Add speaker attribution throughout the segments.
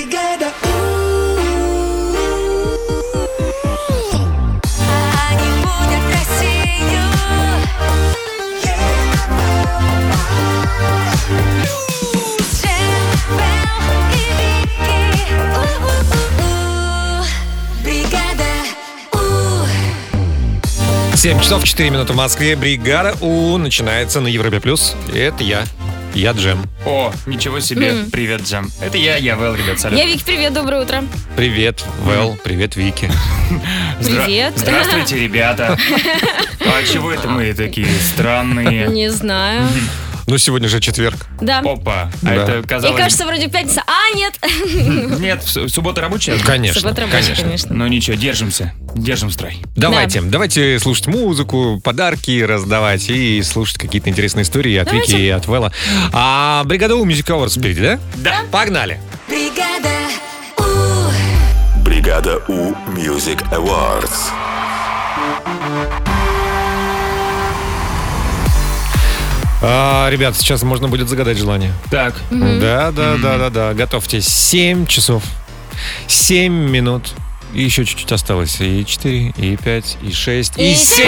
Speaker 1: Бригада
Speaker 2: Они будут Россию Джебел и Вики У-у-у-у Бригада У
Speaker 3: 7 часов 4 минуты в Москве. Бригада У начинается на Европе+. плюс. И это я. Я Джем.
Speaker 4: О, ничего себе. Привет, Джем. Это я, я Вэл, ребят, салют.
Speaker 5: Я Вики, привет, доброе утро.
Speaker 3: Привет, Вэл. Привет, Вики.
Speaker 4: Здра-
Speaker 5: Привет.
Speaker 4: Здравствуйте, ребята. А чего это мы такие странные?
Speaker 5: Не знаю.
Speaker 3: Ну, сегодня же четверг.
Speaker 5: Да.
Speaker 4: Опа. А
Speaker 3: Да.
Speaker 4: это
Speaker 5: И
Speaker 4: казалось...
Speaker 5: кажется, вроде пятница. А, нет.
Speaker 4: Нет, в суббота субботу рабочая?
Speaker 3: Конечно,
Speaker 5: Суббота рабочая,
Speaker 3: конечно.
Speaker 5: конечно.
Speaker 4: Ну ничего, держимся. Держим строй.
Speaker 3: Давайте, давайте слушать музыку, подарки раздавать и слушать какие-то интересные истории от
Speaker 5: Давайте.
Speaker 3: Вики и от Вэлла. А бригада У Music Awards впереди, да?
Speaker 4: Да.
Speaker 3: Погнали.
Speaker 2: Бригада У
Speaker 1: Бригада У Music Awards.
Speaker 3: А, ребят, сейчас можно будет загадать желание.
Speaker 4: Так.
Speaker 3: Да, да, да, да, да. Готовьтесь. 7 часов. 7 минут. И еще чуть-чуть осталось. И 4, и 5, и 6, и, 7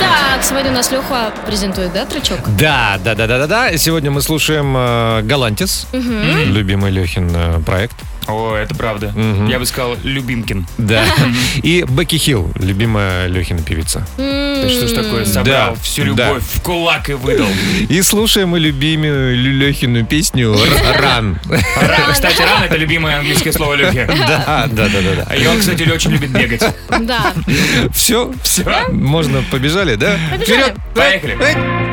Speaker 5: Так, сегодня у нас Леха презентует, да, трючок?
Speaker 3: Да, да, да, да, да, да. Сегодня мы слушаем э, Галантис, любимый Лехин э, проект.
Speaker 4: О, это правда.
Speaker 3: Мгм.
Speaker 4: Я бы сказал, Любимкин.
Speaker 3: Да. И Бекки Хилл, любимая Лехина певица.
Speaker 4: Ты что ж такое, собрал
Speaker 3: Да,
Speaker 4: всю любовь в кулак и выдал.
Speaker 3: И слушаем мы любимую Лехину песню Р- «Ран».
Speaker 4: Ран, кстати, ран это любимое английское слово Люхи.
Speaker 3: Да, да, да, да.
Speaker 4: А И он, кстати, очень любит бегать.
Speaker 5: Да.
Speaker 3: Все, все. Можно побежали, да?
Speaker 5: Побежали.
Speaker 3: Вперед.
Speaker 4: Поехали.
Speaker 3: Эй.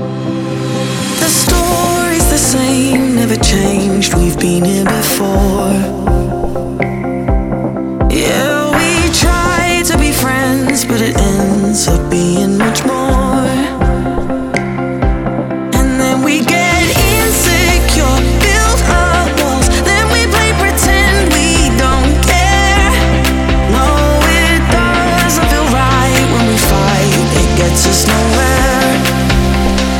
Speaker 6: The story's the same, never changed. We've been here before. Yeah, we try to be friends, but it ends up being much more. And then we get insecure, build our walls, then we play pretend we don't care. No, it doesn't feel right when we fight, it gets us nowhere.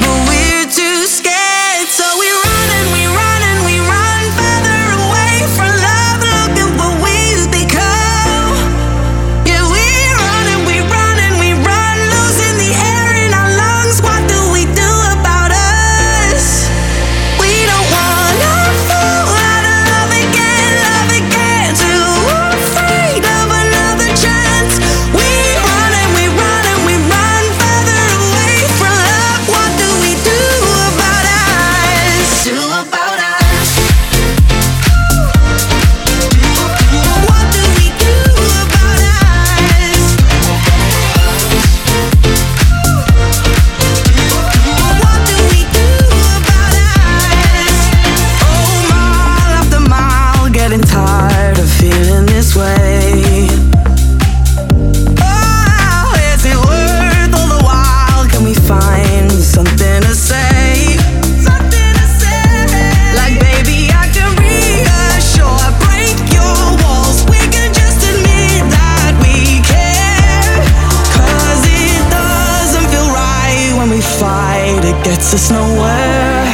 Speaker 6: But we're too scared, so we run and we run and we run further away from love. Look at what we've become. Yeah, we run and we run and we run, losing the air in our lungs. What do we do about us? We don't wanna fall out of love again, love again. Too afraid of another chance. We run and we run and we run further away from love. What do we do about us? Do about us? What do we do about us? What do we do about us? Oh, mile after mile, getting tired of feeling this way. Oh, is it worth all the while? Can we find something to say? Something to say. Like, baby, I can reassure, break your walls. We can just admit that we care. 'Cause it doesn't feel right when we fight, it gets us nowhere.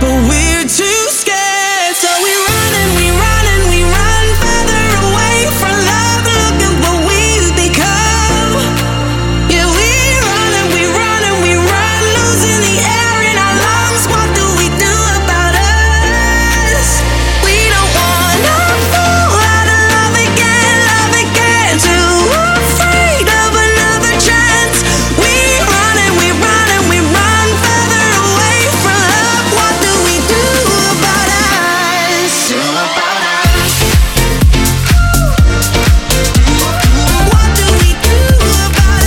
Speaker 6: But we're too scared, so we run and we run and we run further away from love. Look at what we've become. Yeah, we run and we run and we run, losing the air in our lungs. What do we do about us? We don't wanna fall out of love again, love again. Too afraid of another chance. We run and we run and we run further away from love. What do we do about us? Do about us? What do we do about us?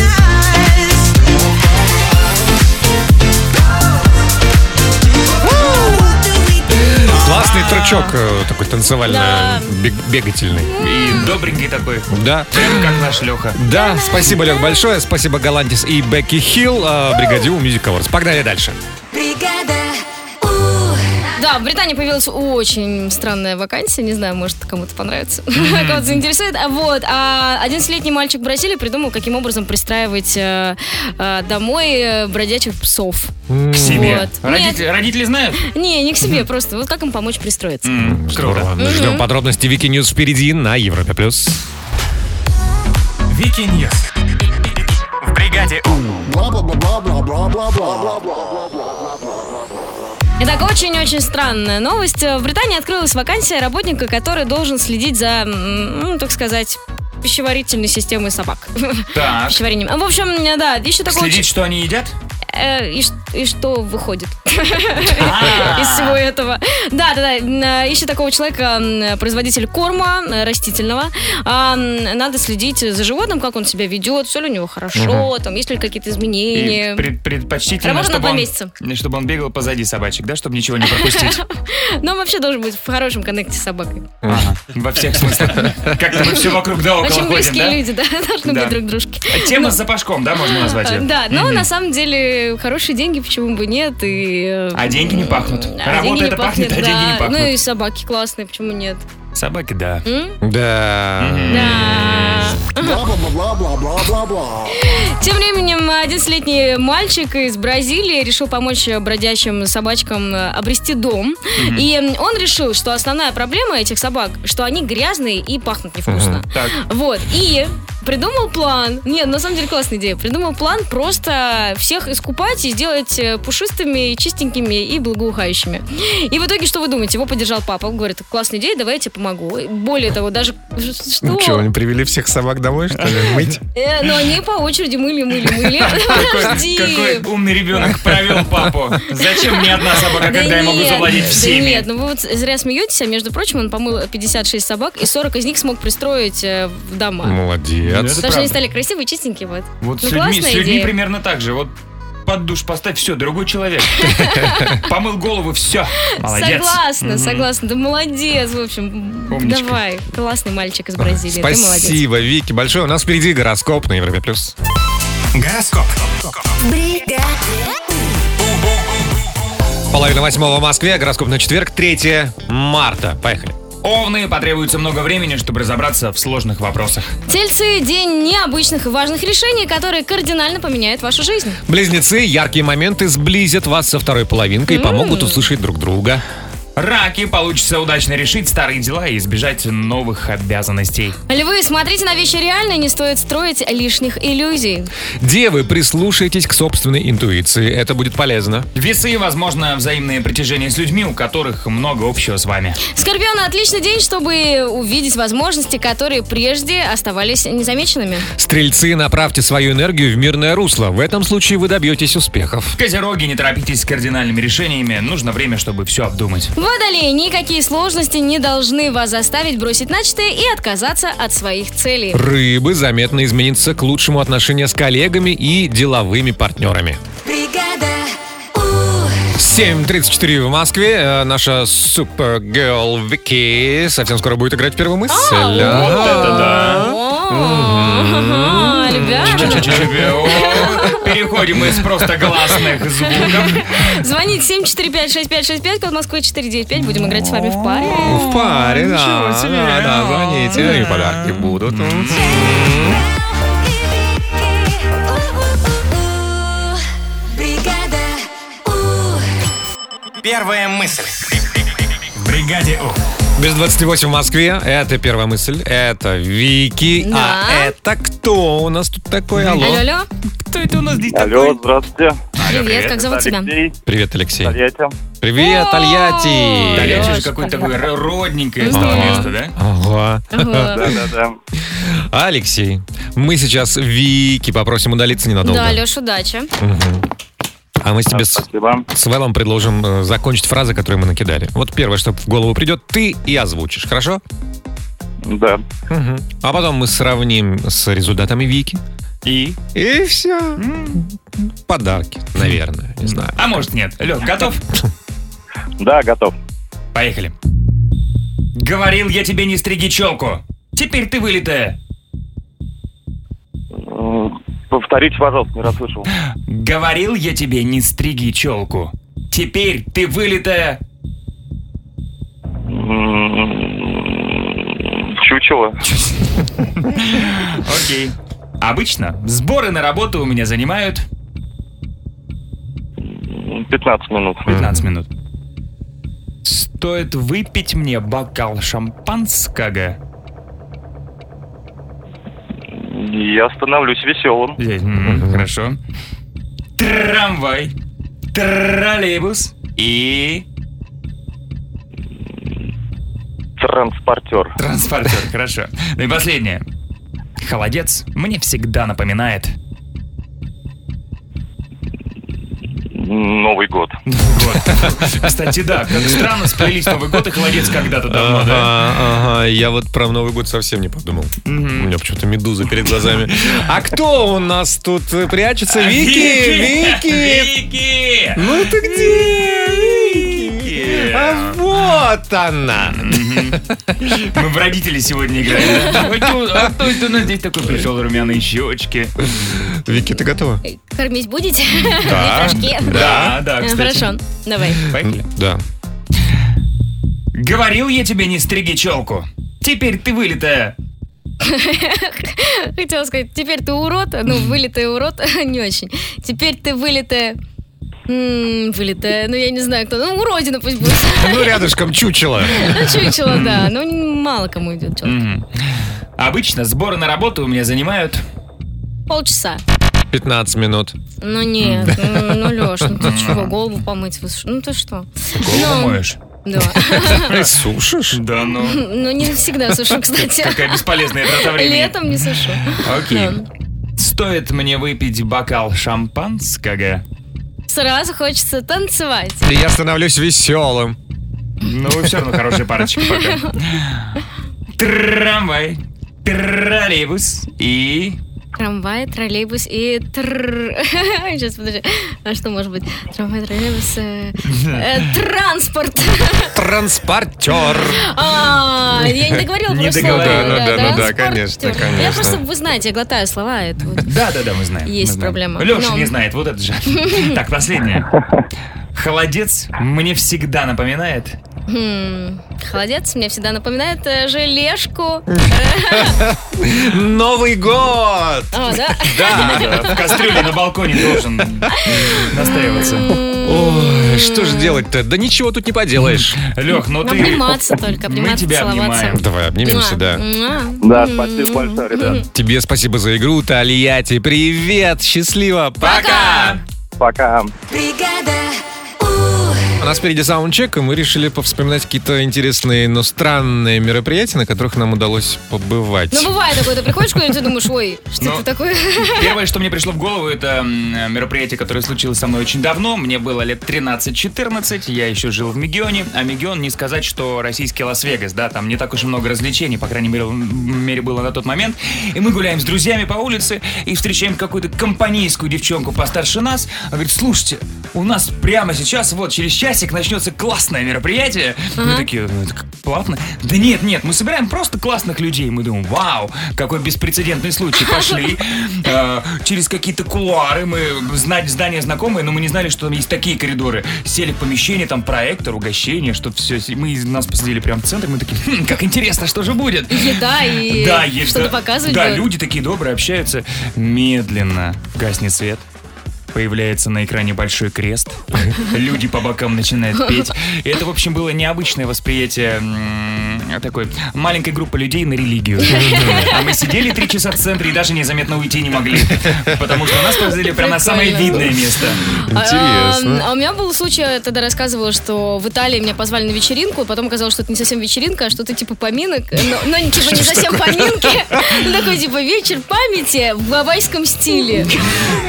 Speaker 6: What do we do?
Speaker 3: Классный трючок э, такой танцевально
Speaker 5: Да.
Speaker 3: бег- бегательный.
Speaker 4: И добренький такой.
Speaker 3: Да.
Speaker 4: Прям как наш Леха.
Speaker 3: Да, спасибо, Лех, большое. Спасибо, Галантис и Бекки Хилл, э, бригадиу Music Awards. Погнали дальше.
Speaker 2: Бригада У
Speaker 5: Да, в Британии появилась очень странная вакансия. Не знаю, может, кому-то понравится, кого-то заинтересует. А Вот. А 11-летний мальчик в Бразилии придумал, каким образом пристраивать э, э, домой э, бродячих псов.
Speaker 4: К себе.
Speaker 5: Вот.
Speaker 4: Родители, родители знают?
Speaker 5: Не, не к себе, просто вот как им помочь пристроиться.
Speaker 4: М, Круто.
Speaker 3: Здорово. Ждем подробности Вики Ньюс впереди на Европе+. плюс.
Speaker 4: Вики Ньюс. В бригаде У.
Speaker 5: Итак, очень-очень странная новость. В Британии открылась вакансия работника, который должен следить за, м, ну, так сказать, пищеварительной системой собак.
Speaker 4: Так.
Speaker 5: Пищеварением. В общем, да, еще такого...
Speaker 4: А? Следить, что они едят?
Speaker 5: Э, и, ш- и что выходит
Speaker 4: А.
Speaker 5: из всего этого. Да, да, да. м, э, Ищет такого человека м, э, производитель корма э, растительного. А, м, Надо следить за животным, как он себя ведет, все ли у него хорошо, там, есть ли какие-то
Speaker 4: И
Speaker 5: изменения.
Speaker 4: пред- предпочтительно,
Speaker 5: Работа на
Speaker 4: чтобы
Speaker 5: два
Speaker 4: он,
Speaker 5: месяца.
Speaker 4: чтобы он бегал позади собачек, да, чтобы ничего не пропустить.
Speaker 5: Но он вообще должен быть в хорошем коннекте с собакой.
Speaker 4: Ага, Во всех смыслах. Как-то мы все вокруг да около
Speaker 5: Очень
Speaker 4: ходим,
Speaker 5: близкие
Speaker 4: да?
Speaker 5: люди, да, должны
Speaker 4: Да. А
Speaker 5: быть друг дружки.
Speaker 4: Тема с запашком, да, можно назвать
Speaker 5: Э,
Speaker 4: ее?
Speaker 5: Да, но на самом деле хорошие деньги, почему бы нет, и... э,
Speaker 4: А деньги не пахнут.
Speaker 5: а деньги
Speaker 4: Работа
Speaker 5: не
Speaker 4: это пахнет, а
Speaker 5: пахнет,
Speaker 4: деньги не
Speaker 5: да. Ну и
Speaker 4: пахнут.
Speaker 5: собаки классные, почему нет?
Speaker 4: Собаки, да.
Speaker 3: Да.
Speaker 5: Да. Тем временем, 11-летний мальчик из Бразилии решил помочь бродячим собачкам э, обрести дом. И он решил, что основная проблема этих собак, что они грязные и пахнут невкусно.
Speaker 4: Так.
Speaker 5: Вот, и придумал план. Нет, на самом деле классная идея. Придумал план просто всех искупать и сделать э, пушистыми, чистенькими и благоухающими. И в итоге, что вы думаете? Его поддержал папа. Он говорит, классная идея, давай я тебе помогу. И Более того, даже... Что?
Speaker 7: Ну что, они привели всех собак домой, что ли, мыть?
Speaker 5: Э, но они по очереди мыли, мыли, мыли. Подожди.
Speaker 4: Какой умный ребенок провел папу. Зачем мне одна собака, когда я могу
Speaker 5: нет,
Speaker 4: завладеть
Speaker 5: да
Speaker 4: всеми?
Speaker 5: нет, ну вы вот зря смеетесь, а между прочим, он помыл 56 собак, и 40 из них смог пристроить э, в дома.
Speaker 3: Молодец.
Speaker 4: Ну, это
Speaker 5: Потому что
Speaker 4: правда.
Speaker 5: они стали красивые, чистенькие, вот.
Speaker 4: Вот
Speaker 5: ну,
Speaker 4: с людьми,
Speaker 5: классная
Speaker 4: с людьми
Speaker 5: идея.
Speaker 4: примерно так же. Вот под душ поставь, все, другой человек. Помыл голову, все. Молодец.
Speaker 5: Согласна, согласна. Да молодец, в общем.
Speaker 4: Умничка.
Speaker 5: Давай, классный мальчик из Бразилии. Ты молодец.
Speaker 3: Спасибо, Вики, большое. У нас впереди гороскоп на Европе+. плюс.
Speaker 4: Гороскоп.
Speaker 3: Половина восьмого в Москве, гороскоп на четверг, 3 марта. Поехали.
Speaker 4: Овны потребуется много времени, чтобы разобраться в сложных вопросах.
Speaker 5: Тельцы – день необычных и важных решений, которые кардинально поменяют вашу жизнь.
Speaker 3: Близнецы, яркие моменты сблизят вас со второй половинкой и помогут услышать друг друга.
Speaker 4: Раки получится удачно решить старые дела и избежать новых обязанностей.
Speaker 5: Львы, смотрите на вещи реально, не стоит строить лишних иллюзий.
Speaker 3: Девы, прислушайтесь к собственной интуиции. Это будет полезно.
Speaker 4: Весы, возможно, взаимное притяжение с людьми, у которых много общего с вами.
Speaker 5: Скорпионы – отличный день, чтобы увидеть возможности, которые прежде оставались незамеченными.
Speaker 3: Стрельцы, направьте свою энергию в мирное русло. В этом случае вы добьетесь успехов.
Speaker 4: Козероги, не торопитесь с кардинальными решениями, нужно время, чтобы все обдумать.
Speaker 5: Водолеи, никакие сложности не должны вас заставить бросить начатое и отказаться от своих целей.
Speaker 3: Рыбы заметно изменится к лучшему отношение с коллегами и деловыми партнерами.
Speaker 2: Бригада У
Speaker 3: 7.34 в Москве. Э, Наша супергерл Вики совсем скоро будет играть в первую мысль.
Speaker 4: Вот
Speaker 3: Ага.
Speaker 4: это да!
Speaker 5: О, Ребята,
Speaker 4: О, Переходим из просто гласных звуков.
Speaker 5: звоните 745-6565, код Москвы 495. Будем играть с вами в паре.
Speaker 3: В паре, да. Да, да, звоните, и подарки будут.
Speaker 2: и Вики У-у-у-у Бригада uh, У
Speaker 8: Первая мысль. В бригаде У.
Speaker 3: Без 28 в Москве. Это первая мысль. Это Вики.
Speaker 5: Да.
Speaker 3: А это кто у нас тут такой? Алло.
Speaker 5: Алло, алло.
Speaker 4: Кто это у нас здесь
Speaker 9: Алло,
Speaker 4: такой?
Speaker 9: здравствуйте.
Speaker 5: Привет, как зовут тебя?
Speaker 9: Алексей,
Speaker 3: Привет, Алексей.
Speaker 9: Тольятти.
Speaker 3: Привет,
Speaker 5: О,
Speaker 3: Тольятти.
Speaker 4: Да,
Speaker 5: Лёш,
Speaker 4: Лёша, какое-то такое ро- родненькое стало
Speaker 3: Ага.
Speaker 4: место, да?
Speaker 3: Ага.
Speaker 5: Ага.
Speaker 9: Да-да-да.
Speaker 3: Алексей, мы сейчас Вики попросим удалиться ненадолго.
Speaker 5: Да, Леш, удачи.
Speaker 3: А мы с тебе с,
Speaker 9: Спасибо.
Speaker 3: с Вэлом предложим э, закончить фразы, которые мы накидали. Вот первое, что в голову придет, ты и озвучишь, хорошо?
Speaker 9: Да.
Speaker 3: Мгм. А потом мы сравним с результатами Вики.
Speaker 4: И?
Speaker 3: И все. Подарки, наверное, не знаю.
Speaker 4: А может нет. Лёх, готов?
Speaker 9: Да, готов.
Speaker 4: Поехали. Говорил я тебе не стриги челку. Теперь ты вылитая.
Speaker 9: М, Повторите, пожалуйста, не расслышал.
Speaker 4: Говорил я тебе не стриги челку. Теперь ты вылитая.
Speaker 9: чего?
Speaker 4: Окей. Обычно сборы на работу у меня занимают
Speaker 9: 15 минут.
Speaker 4: 15 минут. Стоит выпить мне бокал шампанского.
Speaker 9: Я становлюсь веселым.
Speaker 4: Здесь, м, Хорошо. Трамвай, троллейбус и
Speaker 9: Транспортер.
Speaker 4: транспортер. Хорошо. Ну и последнее. Холодец мне всегда напоминает.
Speaker 9: Новый год.
Speaker 4: Вот. Кстати, да, как странно сплелись Новый год и холодец когда-то давно, да?
Speaker 3: Ага, ага, я вот про Новый год совсем не подумал. У меня почему-то медуза перед глазами. А кто у нас тут прячется? А, Вики! Вики!
Speaker 4: Вики!
Speaker 3: Ну ты где, Вики?
Speaker 4: Вики!
Speaker 3: А вот она!
Speaker 4: Мы в родителей сегодня играем. да? А чё- А кто это у нас здесь такой пришел, румяные щечки?
Speaker 3: Вики, ты готова?
Speaker 5: Кормить будете? Да.
Speaker 4: Да, да, кстати.
Speaker 5: Хорошо, давай.
Speaker 4: Поехали.
Speaker 3: Да.
Speaker 4: Говорил я тебе не стриги челку. Теперь ты вылитая.
Speaker 5: Хотела сказать, теперь ты урод, ну, вылитая урод, не очень. Теперь ты вылитая... м, Вылитая, ну я не знаю кто, ну уродина пусть будет.
Speaker 3: Ну, рядышком чучело.
Speaker 5: Ну чучело, да, ну н- мало кому идет чё.
Speaker 4: Мгм. Обычно сборы на работу у меня занимают...
Speaker 5: Полчаса.
Speaker 3: 15 минут.
Speaker 5: Ну нет, ну, ну Леш, ну ты чего, голову помыть? вы ш- Ну ты что? Ну,
Speaker 4: моешь.
Speaker 5: Да.
Speaker 3: Сушишь?
Speaker 4: Да ну.
Speaker 5: Ну не всегда сушу, кстати.
Speaker 4: Какая бесполезная трата времени.
Speaker 5: Летом не сушу.
Speaker 4: Окей.
Speaker 5: Да.
Speaker 4: Стоит мне выпить бокал шампанского.
Speaker 5: Сразу хочется танцевать.
Speaker 3: Я становлюсь веселым.
Speaker 4: Ну, вы все равно хорошая парочка пока. Трамвай, троллейбус и...
Speaker 5: Трамвай, троллейбус и тр... Сейчас, подожди. А что может быть? Трамвай, троллейбус... э, э, транспорт!
Speaker 3: Транспортер.
Speaker 5: А, Я не договорила
Speaker 4: Не
Speaker 5: просто
Speaker 4: договорила.
Speaker 5: слово.
Speaker 3: ну Да, да, да, да,
Speaker 5: транспорт.
Speaker 3: конечно, конечно.
Speaker 5: Я просто, вы знаете, я глотаю слова. Это вот.
Speaker 4: Да-да-да, мы знаем.
Speaker 5: Есть проблема. Ну.
Speaker 4: Леша
Speaker 5: Но-
Speaker 4: не знает, вот это же. Так, последнее. Холодец мне всегда напоминает...
Speaker 5: Хм, Холодец мне всегда напоминает э, желешку.
Speaker 3: Новый год!
Speaker 5: А, да?
Speaker 4: Да, в кастрюле на балконе должен настаиваться.
Speaker 3: Ой, что же делать-то? Да ничего тут не поделаешь.
Speaker 4: Лех, ну ты...
Speaker 5: Обниматься только,
Speaker 4: Мы
Speaker 5: обниматься,
Speaker 4: тебя
Speaker 5: целоваться.
Speaker 4: обнимаем.
Speaker 3: Давай обнимемся, да.
Speaker 5: Муа.
Speaker 9: Да, спасибо большое, ребят.
Speaker 3: Тебе спасибо за игру, Тольятти. Привет, счастливо, пока!
Speaker 9: Пока.
Speaker 2: Бригада У.
Speaker 3: У нас впереди саундчек, и мы решили повспоминать какие-то интересные, но странные мероприятия, на которых нам удалось побывать.
Speaker 5: Ну, бывает такое, ты приходишь куда-нибудь и думаешь, ой, что
Speaker 4: Ну,
Speaker 5: это такое?
Speaker 4: Первое, что мне пришло в голову, это м, мероприятие, которое случилось со мной очень давно. Мне было лет 13-14, я еще жил в Мегионе. А Мегион, не сказать, что российский Лас-Вегас, да, там не так уж и много развлечений, по крайней мере, м, мере, было на тот момент. И мы гуляем с друзьями по улице и встречаем какую-то компанейскую девчонку постарше нас. Она говорит, слушайте, у нас прямо сейчас, вот, через часик начнется классное мероприятие. Мы такие, «Ну, это как, платно? Да нет, нет, мы собираем просто классных людей. Мы думаем, вау, какой беспрецедентный случай. Пошли э, через какие-то кулуары. Мы знали здание знакомые, но мы не знали, что там есть такие коридоры. Сели в помещение, там проектор, угощение, что все. Мы нас посадили прямо в центр. Мы такие, «Хм, как интересно, что же будет?
Speaker 5: Еда и
Speaker 4: Да, есть.
Speaker 5: что-то
Speaker 4: да.
Speaker 5: показывать
Speaker 4: Да,
Speaker 5: будут.
Speaker 4: люди такие добрые, общаются. Медленно гаснет свет. Появляется на экране большой крест. Люди по бокам начинают петь. И Это, в общем, было необычное восприятие м, такой маленькой группы людей на религию. А мы сидели три часа в центре и даже незаметно уйти не могли. Потому что нас посадили прямо на самое
Speaker 5: Прикольно.
Speaker 4: видное место.
Speaker 5: А, а у меня был случай, я тогда рассказывала, что в Италии меня позвали на вечеринку, потом оказалось, что это не совсем вечеринка, а что-то типа поминок, но, но не- типа не совсем поминки, Ну, такой типа вечер памяти в гавайском стиле.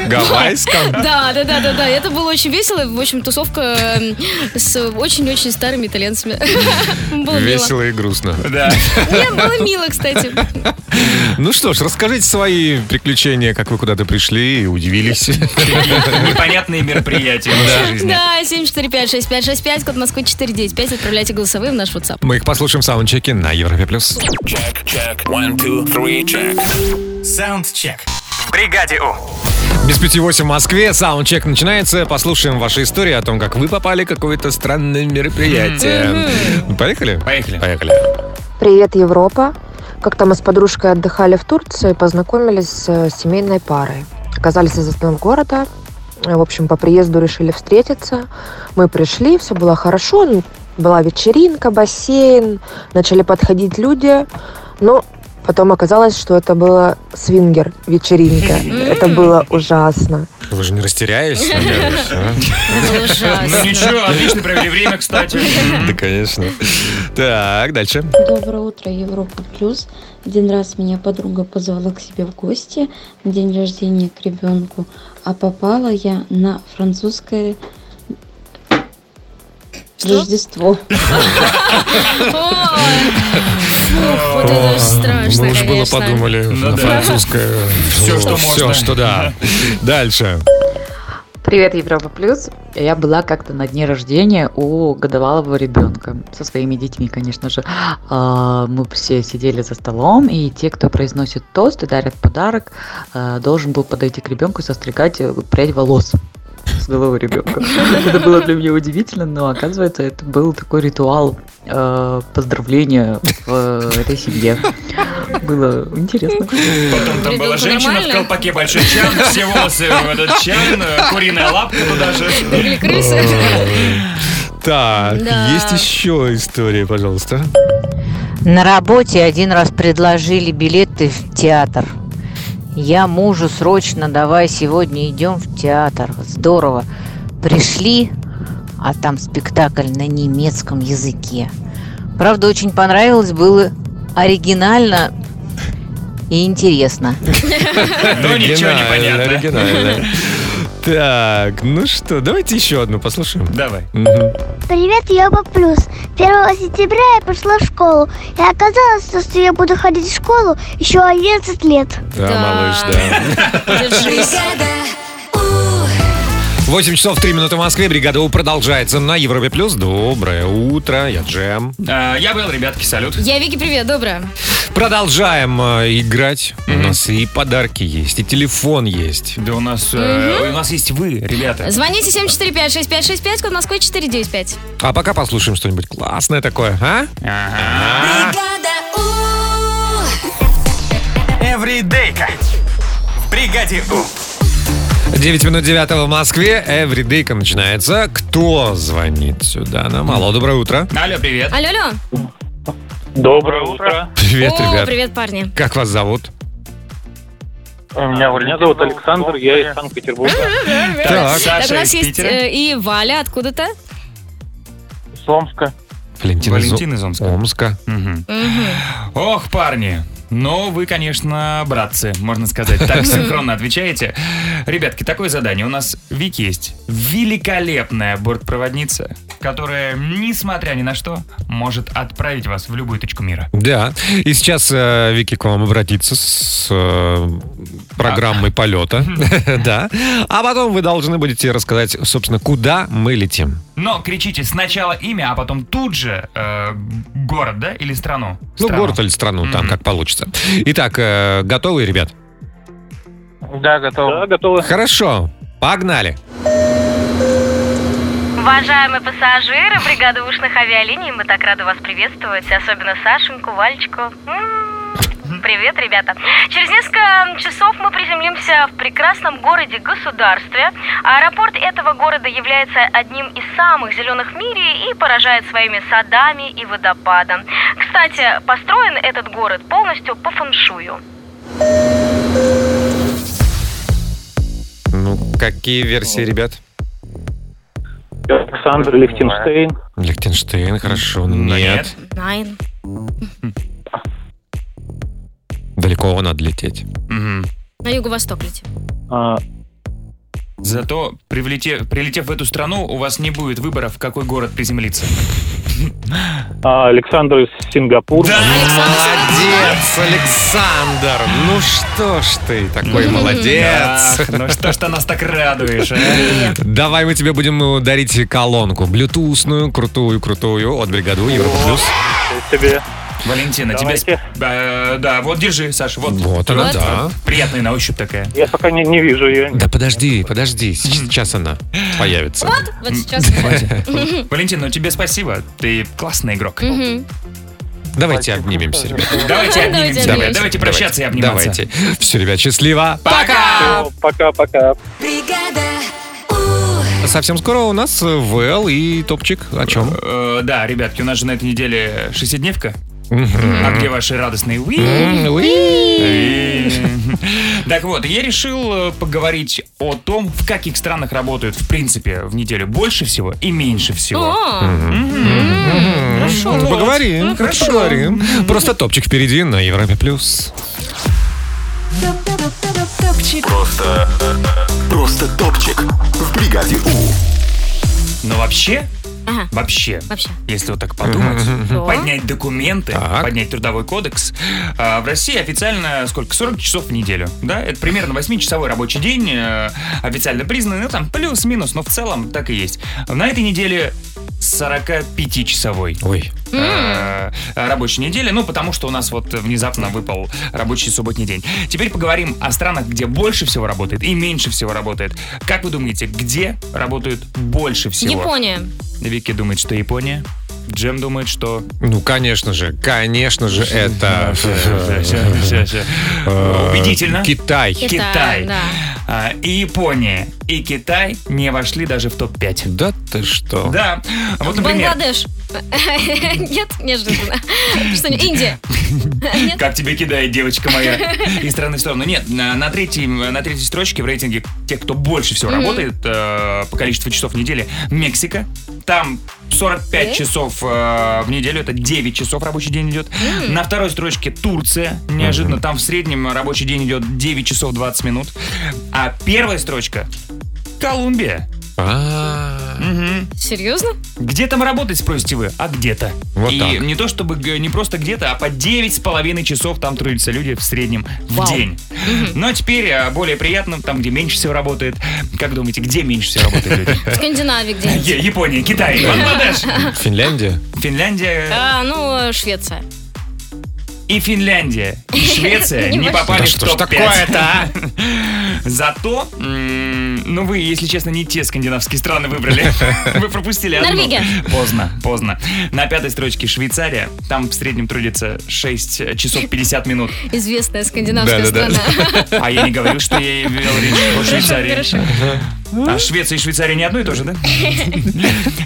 Speaker 3: Гавайском.
Speaker 5: Да, да, да, да, да. Это было очень весело. В общем, тусовка эм, с очень-очень старыми итальянцами. Было мило.
Speaker 3: Весело и грустно.
Speaker 4: Да.
Speaker 5: Не, было мило, кстати.
Speaker 3: Ну что ж, расскажите свои приключения, как вы куда-то пришли и удивились.
Speaker 4: Такие непонятные мероприятия в нашей жизни.
Speaker 5: Да, 7456565, код Москвы 495. Отправляйте голосовые в наш WhatsApp.
Speaker 3: Мы их послушаем в саундчеке на Европе+. плюс.
Speaker 1: One, two, three, check.
Speaker 8: Саундчек. В бригаде У.
Speaker 3: Без пяти восемь в Москве, саундчек начинается. Послушаем ваши истории о том, как вы попали в какое-то странное мероприятие. Поехали?
Speaker 4: Поехали.
Speaker 3: Поехали.
Speaker 10: Привет, Европа. Как там мы с подружкой отдыхали в Турции, познакомились с э, семейной парой. Оказались из одного города. Э, В общем, по приезду решили встретиться. Мы пришли, все было хорошо. ну, Была вечеринка, бассейн. Начали подходить люди. Но потом оказалось, что это была свингер-вечеринка. Это было ужасно.
Speaker 7: Вы же не растерялись? надеюсь, а?
Speaker 5: Это ужасно.
Speaker 4: Ну ничего, отлично провели время, кстати.
Speaker 7: Да, конечно. Так, дальше.
Speaker 11: Доброе утро, Европа Плюс. Один раз меня подруга позвала к себе в гости на день рождения к ребенку, а попала я на французское Рождество.
Speaker 5: Ой, фух, вот это ж страшно,
Speaker 7: Мы уж было
Speaker 5: конечно.
Speaker 7: подумали
Speaker 3: Ну
Speaker 7: на
Speaker 4: да.
Speaker 7: французское.
Speaker 4: Всё, что
Speaker 7: Все,
Speaker 4: можно.
Speaker 7: что да. Дальше.
Speaker 12: Привет, Европа Плюс. Я была как-то на дне рождения у годовалого ребенка. Со своими детьми, конечно же. А, Мы все сидели за столом, и те, кто произносит тост и дарят подарок, а, должен был подойти к ребенку и состригать э, прядь волос с головы ребенка. Это было для меня удивительно, но оказывается, это был такой ритуал э, поздравления в э, этой семье. Было интересно.
Speaker 4: Потом там была
Speaker 5: Ребенку
Speaker 4: женщина в
Speaker 5: нормально?
Speaker 4: колпаке, большой чан, все волосы в этот чан, э, куриная лапка туда же.
Speaker 5: Или крысы.
Speaker 7: Так,
Speaker 5: Да.
Speaker 7: есть еще история, пожалуйста.
Speaker 13: На работе один раз предложили билеты в театр. Я мужу срочно давай сегодня идем в театр. Здорово. Пришли, а там спектакль на немецком языке. Правда, очень понравилось, было оригинально и интересно.
Speaker 4: Ну ничего не
Speaker 7: Оригинально,
Speaker 4: понятно.
Speaker 7: оригинально. Так, ну что, давайте еще одну послушаем.
Speaker 4: Давай.
Speaker 7: Мгм.
Speaker 14: Привет, Йоба Плюс. 1 сентября я пошла в школу. И оказалось, то, что я буду ходить в школу еще 11 лет.
Speaker 7: Да, малыш, да.
Speaker 5: Держись.
Speaker 3: Восемь часов три минуты в Москве. Бригада У продолжается на Европе плюс. Доброе утро, я Джем.
Speaker 4: А, Я был, ребятки, салют.
Speaker 5: Я Вики, привет, доброе.
Speaker 3: Продолжаем э, играть. У нас и подарки есть, и телефон есть.
Speaker 4: Да у нас, э, у нас есть вы, ребята.
Speaker 5: Звоните 745-6565, код Москвы 495.
Speaker 3: А пока послушаем что-нибудь классное такое, а?
Speaker 2: Бригада У.
Speaker 8: Эвридейка. В бригаде У.
Speaker 3: 9 минут 9 в Москве. Эвридейка начинается. Кто звонит сюда нам? Алло, доброе утро.
Speaker 4: Алло, привет.
Speaker 5: Алло, алло.
Speaker 9: Доброе утро.
Speaker 3: Привет,
Speaker 5: О,
Speaker 3: ребят.
Speaker 5: привет, парни.
Speaker 3: Как вас зовут?
Speaker 9: Меня, меня зовут Александр, я из Санкт-Петербурга.
Speaker 3: Так.
Speaker 5: Так, у
Speaker 4: Саша
Speaker 5: нас
Speaker 4: из
Speaker 5: есть
Speaker 4: Питера.
Speaker 5: э, и Валя откуда-то.
Speaker 9: Из Омска.
Speaker 3: Валентин,
Speaker 4: Валентин из Омска.
Speaker 3: Омска.
Speaker 4: Мгм. Ох, парни. Но вы, конечно, братцы, можно сказать. Так синхронно отвечаете. Ребятки, такое задание. У нас Вики есть. Великолепная бортпроводница, которая, несмотря ни на что, может отправить вас в любую точку мира.
Speaker 3: Да. И сейчас э, Вики к вам обратится с э, программой полета. Да. А потом вы должны будете рассказать, собственно, куда мы летим.
Speaker 4: Но кричите сначала имя, а потом тут же э, город, да, или страну?
Speaker 3: Ну,
Speaker 4: Страну.
Speaker 3: город или страну, там
Speaker 4: Мгм.
Speaker 3: как получится. Итак, э, готовы, ребят?
Speaker 9: Да, готов. Да, готовы.
Speaker 3: Хорошо. Погнали.
Speaker 15: Уважаемые пассажиры бригады ушных авиалиний, мы так рады вас приветствовать, особенно Сашеньку, Вальчику. М, Привет, ребята. Через несколько часов мы приземлимся в прекрасном городе-государстве. Аэропорт этого города является одним из самых зеленых в мире и поражает своими садами и водопадом. Кстати, построен этот город полностью по фэншую.
Speaker 3: Ну, какие версии, ребят?
Speaker 9: Александр Лихтенштейн.
Speaker 3: Лихтенштейн, хорошо.
Speaker 4: Да
Speaker 3: Нет.
Speaker 4: нет.
Speaker 5: Найн.
Speaker 3: Далеко надо лететь.
Speaker 4: Мгм.
Speaker 5: На юго-восток летим.
Speaker 9: а,
Speaker 4: Зато привлете- прилетев в эту страну, у вас не будет выбора, в какой город приземлиться.
Speaker 9: а, Александр из Сингапура.
Speaker 3: Молодец, Александр! Ну что ж ты, такой молодец!
Speaker 4: Ах, ну что ж ты нас так радуешь, а?
Speaker 3: Давай мы тебе будем э, дарить колонку. Блютусную, крутую, крутую от бригаду Европа Плюс.
Speaker 9: Тебе.
Speaker 4: Валентина, тебе... сп- Э, да, вот, держи, Саша, вот.
Speaker 3: Вот она,
Speaker 5: Вот.
Speaker 3: да.
Speaker 4: Приятная на ощупь такая.
Speaker 9: Я пока не, не вижу ее.
Speaker 3: Да подожди, подожди, сейчас она появится.
Speaker 5: Вот, вот сейчас.
Speaker 4: Валентина, ну тебе спасибо, ты классный игрок.
Speaker 5: Мгм.
Speaker 3: Давайте обнимемся, ребят.
Speaker 4: Давайте обнимемся, ребят. Давайте прощаться и обниматься.
Speaker 3: Давайте. Все, ребят, счастливо.
Speaker 4: Пока!
Speaker 9: Пока-пока.
Speaker 3: Совсем скоро у нас э, ВЛ и топчик. О чем?
Speaker 4: Э, Да, ребятки, у нас же на этой неделе шестидневка.
Speaker 3: Мгм.
Speaker 4: А где ваши радостные уи?
Speaker 3: М, уи?
Speaker 4: Уи. Так вот, я решил э, поговорить о том, в каких странах работают, в принципе, в неделю больше всего и меньше всего.
Speaker 5: О,
Speaker 3: Хорошо. Поговорим,
Speaker 4: Хорошо.
Speaker 3: поговорим. Просто топчик впереди на Европе плюс.
Speaker 16: Топчик. Просто, просто топчик в бригаде У.
Speaker 4: Но вообще,
Speaker 5: Ага.
Speaker 4: вообще,
Speaker 5: Вообще.
Speaker 4: если вот так подумать,
Speaker 5: Да.
Speaker 4: поднять документы, поднять трудовой кодекс, а, в России официально сколько? 40 часов в неделю, да? Это примерно 8-часовой рабочий день, э, официально признанный, ну там плюс-минус, но в целом так и есть. На этой неделе 45-часовой.
Speaker 3: Ой.
Speaker 4: рабочей недели, ну, потому что у нас вот внезапно выпал рабочий субботний день. Теперь поговорим о странах, где больше всего работает и меньше всего работает. Как вы думаете, где работают больше всего?
Speaker 5: Япония.
Speaker 4: Вики думает, что Япония. Джем думает, что...
Speaker 3: Ну, конечно же, конечно же, это... э,
Speaker 4: Убедительно.
Speaker 3: Китай.
Speaker 4: Китай.
Speaker 5: да.
Speaker 4: А, И Япония, и Китай не вошли даже в топ-5.
Speaker 3: Да ты что?
Speaker 4: Да. Вот, например,
Speaker 5: Бангладеш. Нет, неожиданно. Что не- Индия.
Speaker 4: Как тебя кидает, девочка моя, из стороны в сторону. Нет, на, на третьем, на третьей строчке в рейтинге тех, кто больше всего
Speaker 5: Мгм.
Speaker 4: работает э, по количеству часов в неделе, Мексика. Там 45
Speaker 5: Э?
Speaker 4: часов э, в неделю, это 9 часов рабочий день идет. На второй строчке Турция, неожиданно, там в среднем рабочий день идет 9 часов 20 минут. А первая строчка Колумбия.
Speaker 3: А,
Speaker 4: Мгм.
Speaker 5: Серьезно?
Speaker 4: Где там работать, спросите вы? А где-то.
Speaker 3: Вот
Speaker 4: и
Speaker 3: так.
Speaker 4: не то чтобы г- не просто где-то, а по 9,5 часов там трудятся люди в среднем в
Speaker 5: Вау.
Speaker 4: день. Но теперь э, более приятно, там, где меньше всего работает. Как думаете, где меньше всего работают люди?
Speaker 5: В Скандинавии где-нибудь.
Speaker 4: Е- Япония, Китай, Бангладеш,
Speaker 3: Финляндия?
Speaker 4: Финляндия
Speaker 5: А, ну, э, Швеция.
Speaker 4: и Финляндия. И Швеция
Speaker 5: Не
Speaker 4: не
Speaker 5: вошли.
Speaker 4: попали
Speaker 3: Да
Speaker 4: в
Speaker 3: что ж
Speaker 4: топ-5.
Speaker 3: такое-то, а?
Speaker 4: Зато, м, ну вы, если честно, не те скандинавские страны выбрали. Вы пропустили одну.
Speaker 5: Норвегия.
Speaker 4: Поздно, поздно. На пятой строчке Швейцария. Там в среднем трудится 6 часов 50 минут.
Speaker 5: Известная скандинавская
Speaker 4: Да-да-да.
Speaker 5: страна. Ну,
Speaker 4: А я не говорил, что я вел речь о
Speaker 5: Хорошо,
Speaker 4: Швейцарии. А Швеция и Швейцария не одно и то же, да?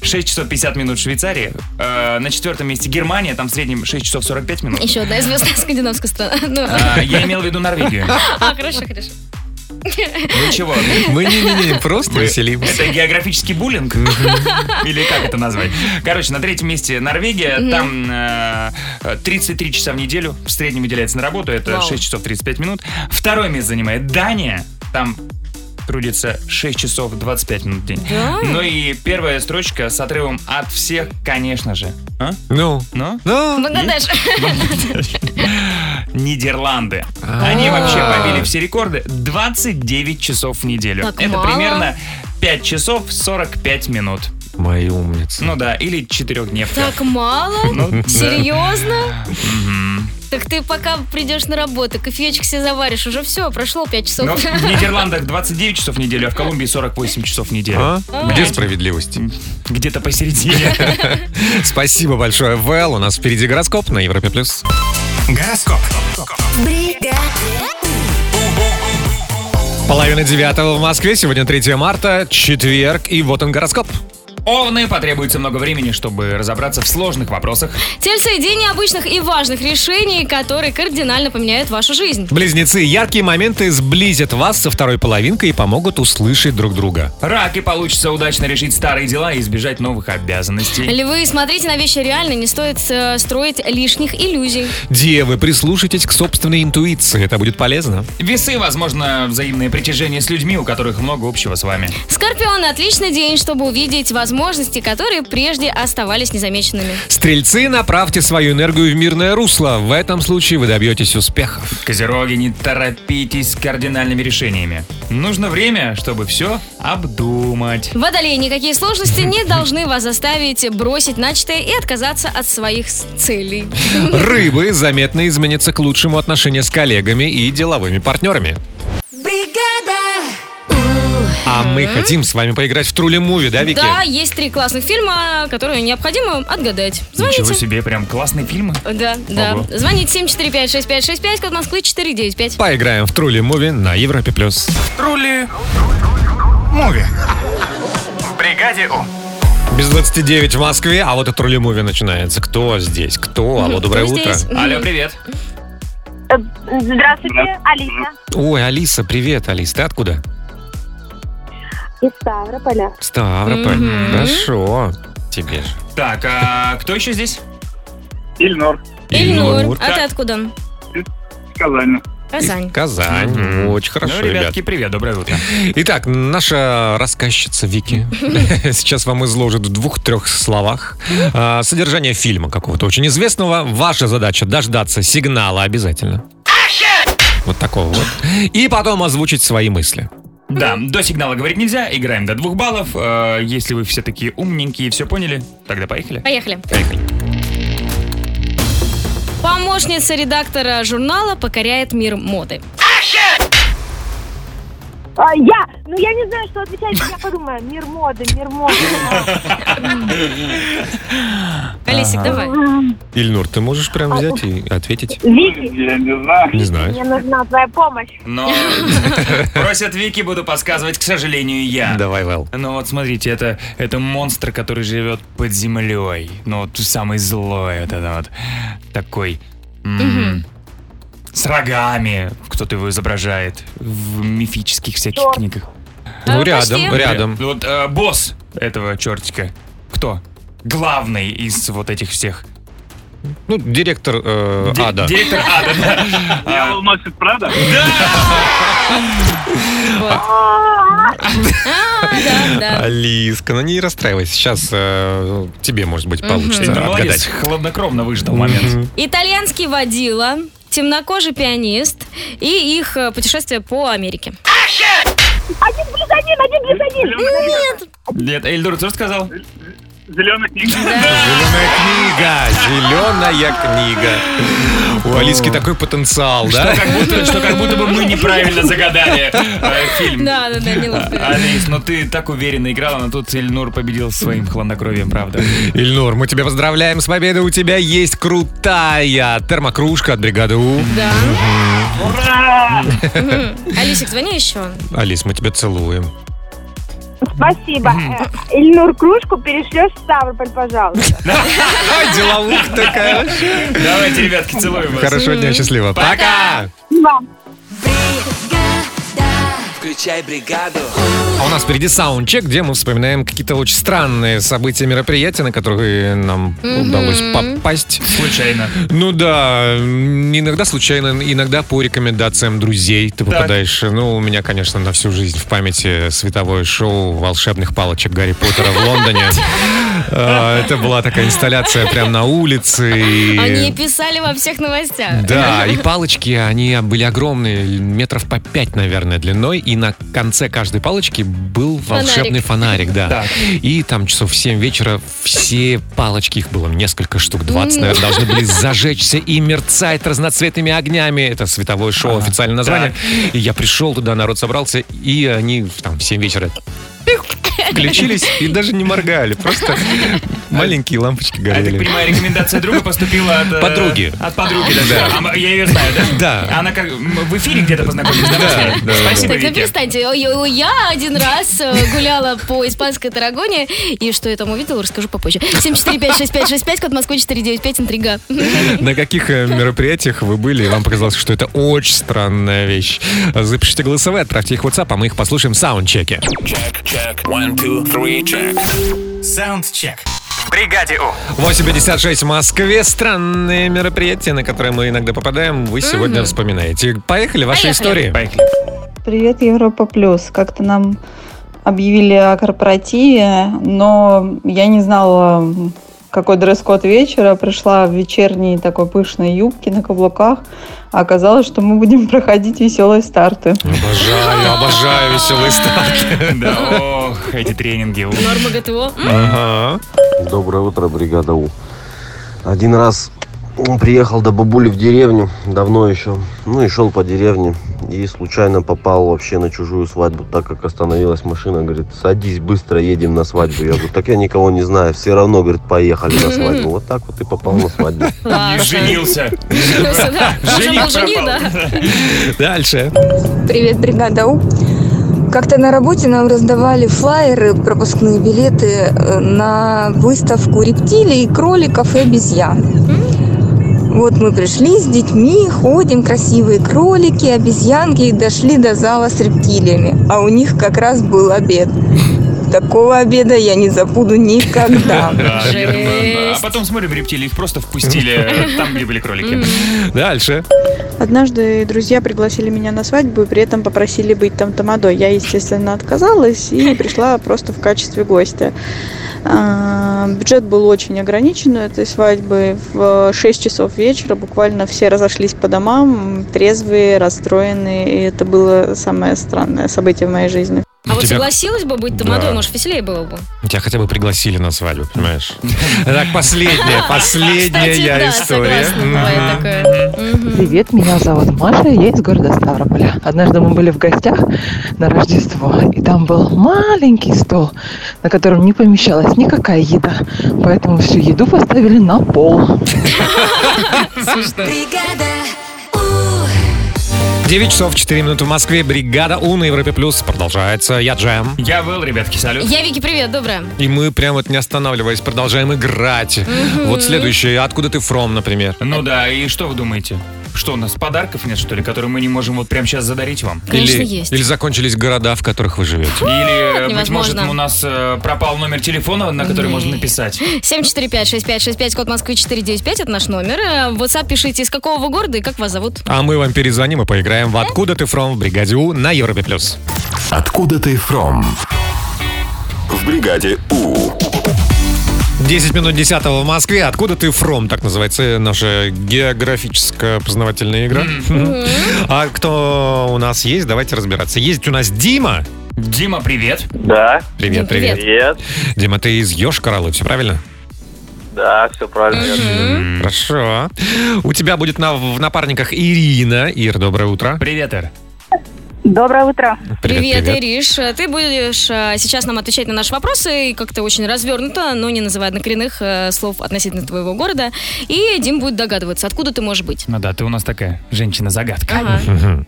Speaker 4: 6 часов 50 минут Швейцарии. Э, На четвертом месте Германия, там в среднем 6 часов 45 минут.
Speaker 5: Еще одна известная скандинавская страна. Ну.
Speaker 4: А, Я имел в виду Норвегию.
Speaker 5: А, хорошо, хорошо.
Speaker 4: Ну чего?
Speaker 3: Мы не-не-не, просто
Speaker 4: Вы-
Speaker 3: веселимся.
Speaker 4: Это географический буллинг? Или как это назвать? Короче, на третьем месте Норвегия.
Speaker 5: Мгм.
Speaker 4: Там э, э, 33 часа в неделю. В среднем выделяется на работу. Это
Speaker 5: Вау.
Speaker 4: 6 часов 35 минут. Второе место занимает Дания. Там трудится 6 часов 25 минут в день.
Speaker 5: Да?
Speaker 4: Ну и первая строчка с отрывом от всех, конечно же. А?
Speaker 3: Ну,
Speaker 4: Ну?
Speaker 5: Бангладеш.
Speaker 4: Нидерланды.
Speaker 5: А.
Speaker 4: Они вообще побили все рекорды 29 часов в неделю.
Speaker 5: Так
Speaker 4: Это
Speaker 5: мало.
Speaker 4: примерно 5 часов 45 минут.
Speaker 3: мои умницы.
Speaker 4: Ну да, или четырехдневка.
Speaker 5: Так мало?
Speaker 4: Ну, да.
Speaker 5: Серьезно?
Speaker 4: Мгм.
Speaker 5: Так ты пока придешь на работу, кофеечек себе заваришь, уже все, прошло 5
Speaker 4: Но
Speaker 5: часов.
Speaker 4: Ну, в Нидерландах 29 часов в неделю, а в Колумбии 48 часов в неделю.
Speaker 3: А?
Speaker 5: А.
Speaker 3: Где справедливость?
Speaker 4: Где-то посередине.
Speaker 3: Спасибо большое, Вэл. У нас впереди гороскоп на Европе+. плюс.
Speaker 8: Гороскоп.
Speaker 3: Половина девятого в Москве. Сегодня 3 марта, четверг. И вот он гороскоп.
Speaker 4: Овны ну потребуется много времени, чтобы разобраться в сложных вопросах.
Speaker 5: Тельцы – день необычных и важных решений, которые кардинально поменяют вашу жизнь.
Speaker 3: Близнецы, яркие моменты сблизят вас со второй половинкой и помогут услышать друг друга.
Speaker 4: Раки получится удачно решить старые дела и избежать новых обязанностей.
Speaker 5: Львы, смотрите на вещи реально, не стоит э, строить лишних иллюзий.
Speaker 3: Девы, прислушайтесь к собственной интуиции. Это будет полезно.
Speaker 4: Весы, возможно, взаимное притяжение с людьми, у которых много общего с вами.
Speaker 5: Скорпионы – отличный день, чтобы увидеть возможности, которые прежде оставались незамеченными.
Speaker 3: Стрельцы, направьте свою энергию в мирное русло. В этом случае вы добьетесь успехов.
Speaker 4: Козероги, не торопитесь с кардинальными решениями. Нужно время, чтобы все обдумать.
Speaker 5: Водолеи, никакие сложности не должны вас заставить бросить начатое и отказаться от своих с- целей.
Speaker 3: Рыбы заметно изменятся к лучшему отношения с коллегами и деловыми партнерами. А мы хотим с вами поиграть в Трули Муви, да, Вики?
Speaker 5: Да, есть три классных фильма, которые необходимо отгадать. Звоните.
Speaker 4: Ничего себе, прям классные фильмы.
Speaker 5: Да, да.
Speaker 3: Ого.
Speaker 5: Звоните 745-6565, код Москвы 495.
Speaker 3: Поиграем в Трули Муви на Европе+. плюс.
Speaker 8: Трули Муви. В бригаде У.
Speaker 3: Без 29 в Москве, а вот и Трули Муви начинается. Кто здесь? Кто? Алло, доброе
Speaker 8: Кто
Speaker 3: утро.
Speaker 8: здесь?
Speaker 4: Алло, привет.
Speaker 17: Здравствуйте, Алиса
Speaker 3: Ой, Алиса, привет, Алис. Ты откуда?
Speaker 17: из Ставрополя.
Speaker 3: Ставрополь.
Speaker 17: Мгм.
Speaker 3: Хорошо. Тебе же.
Speaker 4: Так, а кто еще здесь?
Speaker 9: Ильнур.
Speaker 5: Ильнур, а ты
Speaker 4: Так,
Speaker 5: откуда?
Speaker 9: Казань.
Speaker 5: Казань.
Speaker 3: Казань. Очень хорошо,
Speaker 4: Ну, ребятки, привет, доброе утро.
Speaker 3: Итак, наша рассказчица Вики сейчас вам изложит в двух-трех словах а, содержание фильма какого-то очень известного. Ваша задача дождаться сигнала обязательно. Вот такого вот. И потом озвучить свои мысли.
Speaker 4: Да, до сигнала говорить нельзя, играем до двух баллов. Э, Если вы все такие умненькие и все поняли, тогда поехали.
Speaker 5: Поехали. Помощница редактора журнала покоряет мир моды.
Speaker 17: А, я! Ну, я не знаю, что отвечать, я подумаю. Мир моды, мир моды.
Speaker 5: Алисик, давай.
Speaker 3: Ильнур, ты можешь прям взять и ответить?
Speaker 17: Вики,
Speaker 4: Я не знаю.
Speaker 3: Не знаю.
Speaker 17: мне нужна твоя помощь.
Speaker 4: Но просят Вики, буду подсказывать, к сожалению, я.
Speaker 3: Давай, Вэл.
Speaker 4: Ну вот смотрите, это, это монстр, который живет под землей. Ну вот самый злой, вот это вот. Такой. м, С рогами. Кто-то его изображает в мифических всяких книгах.
Speaker 3: Ну, А, рядом, почти. рядом.
Speaker 4: Вот э, босс этого чертика. Кто? Главный из вот этих всех.
Speaker 3: Ну, директор э,
Speaker 4: Ди-
Speaker 3: Ада.
Speaker 4: Директор Ада, да.
Speaker 9: Дьявол носит Прада?
Speaker 5: А,
Speaker 3: Алиска, ну не расстраивайся. Сейчас э, тебе, может быть,
Speaker 5: Мгм.
Speaker 3: получится
Speaker 4: Ты А, молодец,
Speaker 3: отгадать.
Speaker 4: хладнокровно выждал момент.
Speaker 5: Итальянский водила, темнокожий пианист и их э, путешествие по Америке.
Speaker 17: Один плюс один, один плюс один.
Speaker 5: Нет.
Speaker 4: Нет, Эльдур, ты что сказал?
Speaker 9: Зеленая книга.
Speaker 3: Зеленая книга, зеленая книга. У Алиски такой потенциал, да?
Speaker 4: Что как будто- Что как будто бы мы неправильно загадали э, фильм.
Speaker 5: Да, да, да, неловко.
Speaker 4: А, Алис, но ты так уверенно играла, но тут Ильнур победил своим хладнокровием, правда.
Speaker 3: Ильнур, мы тебя поздравляем с победой. У тебя есть крутая термокружка от бригады У.
Speaker 5: Да.
Speaker 17: Ура!
Speaker 5: Мгм. Алисик, звони еще.
Speaker 3: Алис, мы тебя целуем.
Speaker 17: Спасибо. Э, Ильнур, кружку перешлешь в Ставрополь, пожалуйста.
Speaker 3: Деловуха такая.
Speaker 4: Давайте, ребятки, целуем вас.
Speaker 3: Хорошего дня, счастливо. Пока!
Speaker 18: Включай бригаду.
Speaker 3: А у нас впереди саундчек, где мы вспоминаем какие-то очень странные события, мероприятия, на которые нам
Speaker 7: Мгм.
Speaker 3: удалось попасть.
Speaker 4: Случайно.
Speaker 3: Ну да, м, иногда случайно, иногда по рекомендациям друзей ты попадаешь. Ну, у меня, конечно, на всю жизнь в памяти световое шоу волшебных палочек Гарри Поттера в Лондоне. Э, Это была такая инсталляция прям на улице. и-
Speaker 5: Они писали во всех новостях.
Speaker 3: да, и палочки, они были огромные, метров по 5, наверное, длиной. И на конце каждой палочки был волшебный фонарик, да.
Speaker 4: Так.
Speaker 3: И там часов в 7 вечера все палочки, их было несколько штук, 20, наверное, должны были зажечься и мерцать разноцветными огнями. Это световое шоу, официальное название. И я пришел туда, народ собрался, и они в- там в 7 вечера пих, включились и даже не моргали. Просто маленькие лампочки
Speaker 4: А я так
Speaker 3: горели.
Speaker 4: понимаю, рекомендация друга поступила от... э,
Speaker 3: Подруги.
Speaker 4: От подруги даже.
Speaker 3: Да.
Speaker 4: А, м- я ее знаю, да?
Speaker 3: Да.
Speaker 4: Она как... м, В эфире где-то познакомились, да?
Speaker 3: Да,
Speaker 4: Марина?
Speaker 3: да, да.
Speaker 4: Спасибо,
Speaker 5: Так, ну
Speaker 4: Вики.
Speaker 5: перестаньте. Ой, ой, Я один раз э, гуляла по испанской Тарагоне, и что я там увидела, расскажу попозже. 7456565, код Москвы 495, интрига.
Speaker 3: На каких э, мероприятиях вы были, и вам показалось, что это очень странная вещь? Запишите голосовые, отправьте их в WhatsApp, а мы их послушаем в саундчеке.
Speaker 1: Check, check, one, two, three, check.
Speaker 8: Саундчек. В бригаде У.
Speaker 3: 8.56 в Москве. Странные мероприятия, на которые мы иногда попадаем, вы сегодня вспоминаете. Поехали, ваши истории.
Speaker 19: Привет, Европа Плюс. Как-то нам объявили о корпоративе, но я не знала, м, какой дресс-код вечера. Пришла в вечерней такой пышной юбке на каблуках. А оказалось, что мы будем проходить веселые старты.
Speaker 3: Обожаю, А, обожаю веселые старты.
Speaker 4: Да, ох, эти тренинги. ух.
Speaker 5: Норма ГТО.
Speaker 20: Доброе утро, бригада У. Один раз приехал до бабули в деревню, давно еще. Ну и шел по деревне.
Speaker 21: и случайно попал вообще на чужую свадьбу, так как остановилась машина, говорит, садись быстро, едем на свадьбу. Я говорю, так я никого не знаю, все равно, говорит, поехали на свадьбу. Вот так вот и попал на свадьбу.
Speaker 4: И женился.
Speaker 5: Женился, Ну да.
Speaker 4: Жених
Speaker 5: Мужа был А жених,
Speaker 4: пропал.
Speaker 3: Дальше.
Speaker 10: Привет, бригада У. Как-то на работе нам раздавали флаеры, пропускные билеты э, на выставку рептилий, кроликов и обезьян. Вот мы пришли с детьми, ходим, красивые кролики, обезьянки, и дошли до зала с рептилиями. А у них как раз был обед. Такого обеда я не забуду никогда.
Speaker 4: Да, верно. А потом смотрим, рептилии их просто впустили э, там, где были кролики.
Speaker 3: Дальше.
Speaker 6: Однажды друзья пригласили меня на свадьбу и при этом попросили быть там тамадой. Я, естественно, отказалась и пришла просто в качестве гостя. А, Бюджет был очень ограничен у этой свадьбы. В 6 часов вечера буквально все разошлись по домам, трезвые, расстроенные. И это было самое странное событие в моей жизни.
Speaker 5: А вот
Speaker 3: тебя-
Speaker 5: согласилась бы быть
Speaker 3: Да.
Speaker 5: тамадой, может, веселее было бы.
Speaker 3: Тебя хотя бы пригласили на свадьбу, понимаешь? Так, последняя, последняя
Speaker 5: Кстати,
Speaker 3: я
Speaker 5: да,
Speaker 3: история.
Speaker 5: согласна,
Speaker 3: Мгм.
Speaker 5: бывает такое. Мгм.
Speaker 22: Привет, меня зовут Маша, я из города Ставрополя. Однажды мы были в гостях на Рождество, и там был маленький стол, на котором не помещалась никакая еда, поэтому всю еду поставили на пол.
Speaker 23: Бригада.
Speaker 3: 9 часов 4 минуты в Москве. Бригада У на Европе Плюс продолжается. Я Джем.
Speaker 4: Я Вэл, ребятки, салют.
Speaker 5: Я, Вики, привет, доброе.
Speaker 3: И мы прям вот не останавливаясь, продолжаем играть.
Speaker 5: Мгм.
Speaker 3: Вот следующее. Откуда ты фром, например?
Speaker 4: Ну да, и что вы думаете? Что у нас подарков нет, что ли, которые мы не можем вот прямо сейчас задарить вам?
Speaker 3: или, или закончились города, в которых вы живете.
Speaker 4: Или, э, быть может,
Speaker 5: невозможно.
Speaker 4: у нас э, пропал номер телефона, на который можно написать.
Speaker 5: 745-6565, код Москвы 495, это наш номер. Э, В WhatsApp пишите, из какого вы города и как вас зовут.
Speaker 3: А мы вам перезвоним и поиграем в «Откуда ты фром» в бригаде У на Европе+. плюс.
Speaker 24: Откуда ты фром? В бригаде У.
Speaker 3: 10 минут 10 в Москве. Откуда ты фром? Так называется наша географическая познавательная игра. А кто у нас есть? Давайте разбираться. Есть у нас Дима.
Speaker 4: Дима, привет.
Speaker 9: Да.
Speaker 3: Привет, привет.
Speaker 9: Привет.
Speaker 3: Дима, ты из Йошкар-Олы, все правильно?
Speaker 9: Да, все правильно.
Speaker 3: Хорошо. У тебя будет на, в напарниках Ирина. Ир, доброе утро.
Speaker 4: Привет, Ир.
Speaker 25: Доброе утро.
Speaker 5: Привет, Ириш. Э, Ты будешь э, сейчас нам отвечать на наши вопросы и как-то очень развернуто, но не называя однокоренных э, слов относительно твоего города. И Дим будет догадываться, откуда ты можешь быть.
Speaker 4: Ну да, ты у нас такая женщина-загадка.
Speaker 5: Ага.
Speaker 3: Мгм.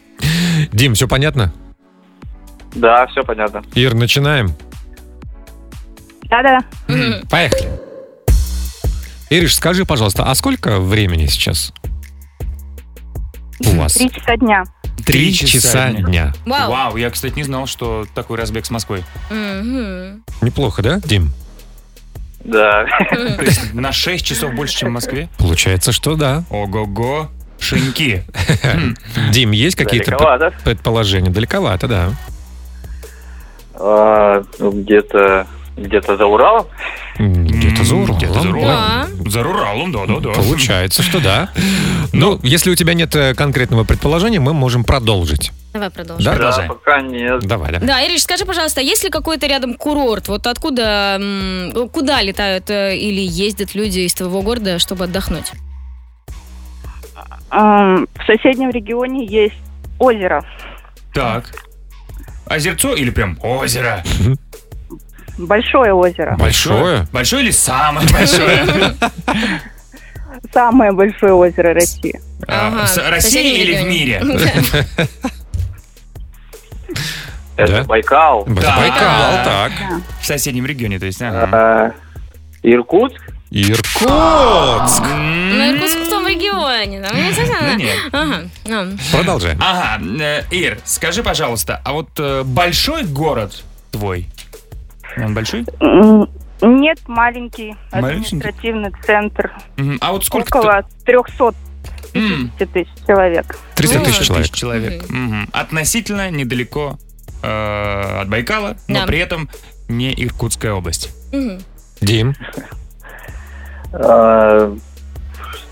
Speaker 3: Дим, все понятно?
Speaker 9: Да, все понятно.
Speaker 3: Ир, начинаем.
Speaker 25: Да-да.
Speaker 3: Поехали. Ириш, скажи, пожалуйста, а сколько времени сейчас? У вас.
Speaker 25: Три часа дня.
Speaker 3: Три часа дня.
Speaker 5: Вау.
Speaker 4: Вау, я, кстати, не знал, что такой разбег с Москвой.
Speaker 5: Мгм.
Speaker 3: Неплохо, да, Дим?
Speaker 9: Да.
Speaker 5: Э.
Speaker 4: То есть на 6 часов больше, чем в Москве?
Speaker 3: Получается, что да.
Speaker 4: Ого-го. Шинки.
Speaker 3: Дим, есть какие-то
Speaker 9: Далековато.
Speaker 3: пред- предположения? Далековато, да.
Speaker 9: А, ну, где-то где-то за Уралом.
Speaker 3: М, Где-то за Уралом.
Speaker 4: Где-то за
Speaker 3: да.
Speaker 4: Уралом. За Уралом, да-да-да.
Speaker 3: Получается, что да. Ну, если у тебя нет э, конкретного предположения, мы можем продолжить.
Speaker 5: Давай продолжим.
Speaker 3: Да,
Speaker 9: Да,
Speaker 3: продолжай.
Speaker 9: А пока нет.
Speaker 3: Давай, да.
Speaker 5: Да, Ириш, скажи, пожалуйста, есть ли какой-то рядом курорт? Вот откуда, м, куда летают э, или ездят люди из твоего города, чтобы отдохнуть?
Speaker 25: Эм, В соседнем регионе есть озеро.
Speaker 4: Так. Озерцо или прям озеро?
Speaker 25: Большое озеро.
Speaker 3: Большое?
Speaker 4: Большое или самое большое?
Speaker 25: Самое большое озеро России.
Speaker 4: А, с-
Speaker 5: в
Speaker 4: России
Speaker 5: соседнем
Speaker 4: или в мире?
Speaker 5: регионе.
Speaker 9: Это Байкал.
Speaker 4: Да.
Speaker 3: Байкал, так.
Speaker 4: В соседнем регионе, то есть. ага.
Speaker 9: А, Иркутск.
Speaker 3: Иркутск.
Speaker 5: Ну, Иркутск в том регионе. там, не совсем,
Speaker 4: Ну,
Speaker 5: да.
Speaker 4: нет.
Speaker 5: Ага, а.
Speaker 3: Продолжаем.
Speaker 4: Ага, э, Ир, скажи, пожалуйста, а вот э, большой город твой? Он большой?
Speaker 25: М, Нет, маленький
Speaker 4: Маленький?
Speaker 25: административный центр.
Speaker 4: Мгм. А вот сколько?
Speaker 25: Около 300
Speaker 4: М,
Speaker 25: тысяч человек.
Speaker 3: 300 тысяч человек.
Speaker 4: человек. Мгм. Относительно недалеко э, от Байкала, но
Speaker 5: Да.
Speaker 4: при этом не Иркутская область.
Speaker 5: Мгм.
Speaker 3: Дим,
Speaker 9: А,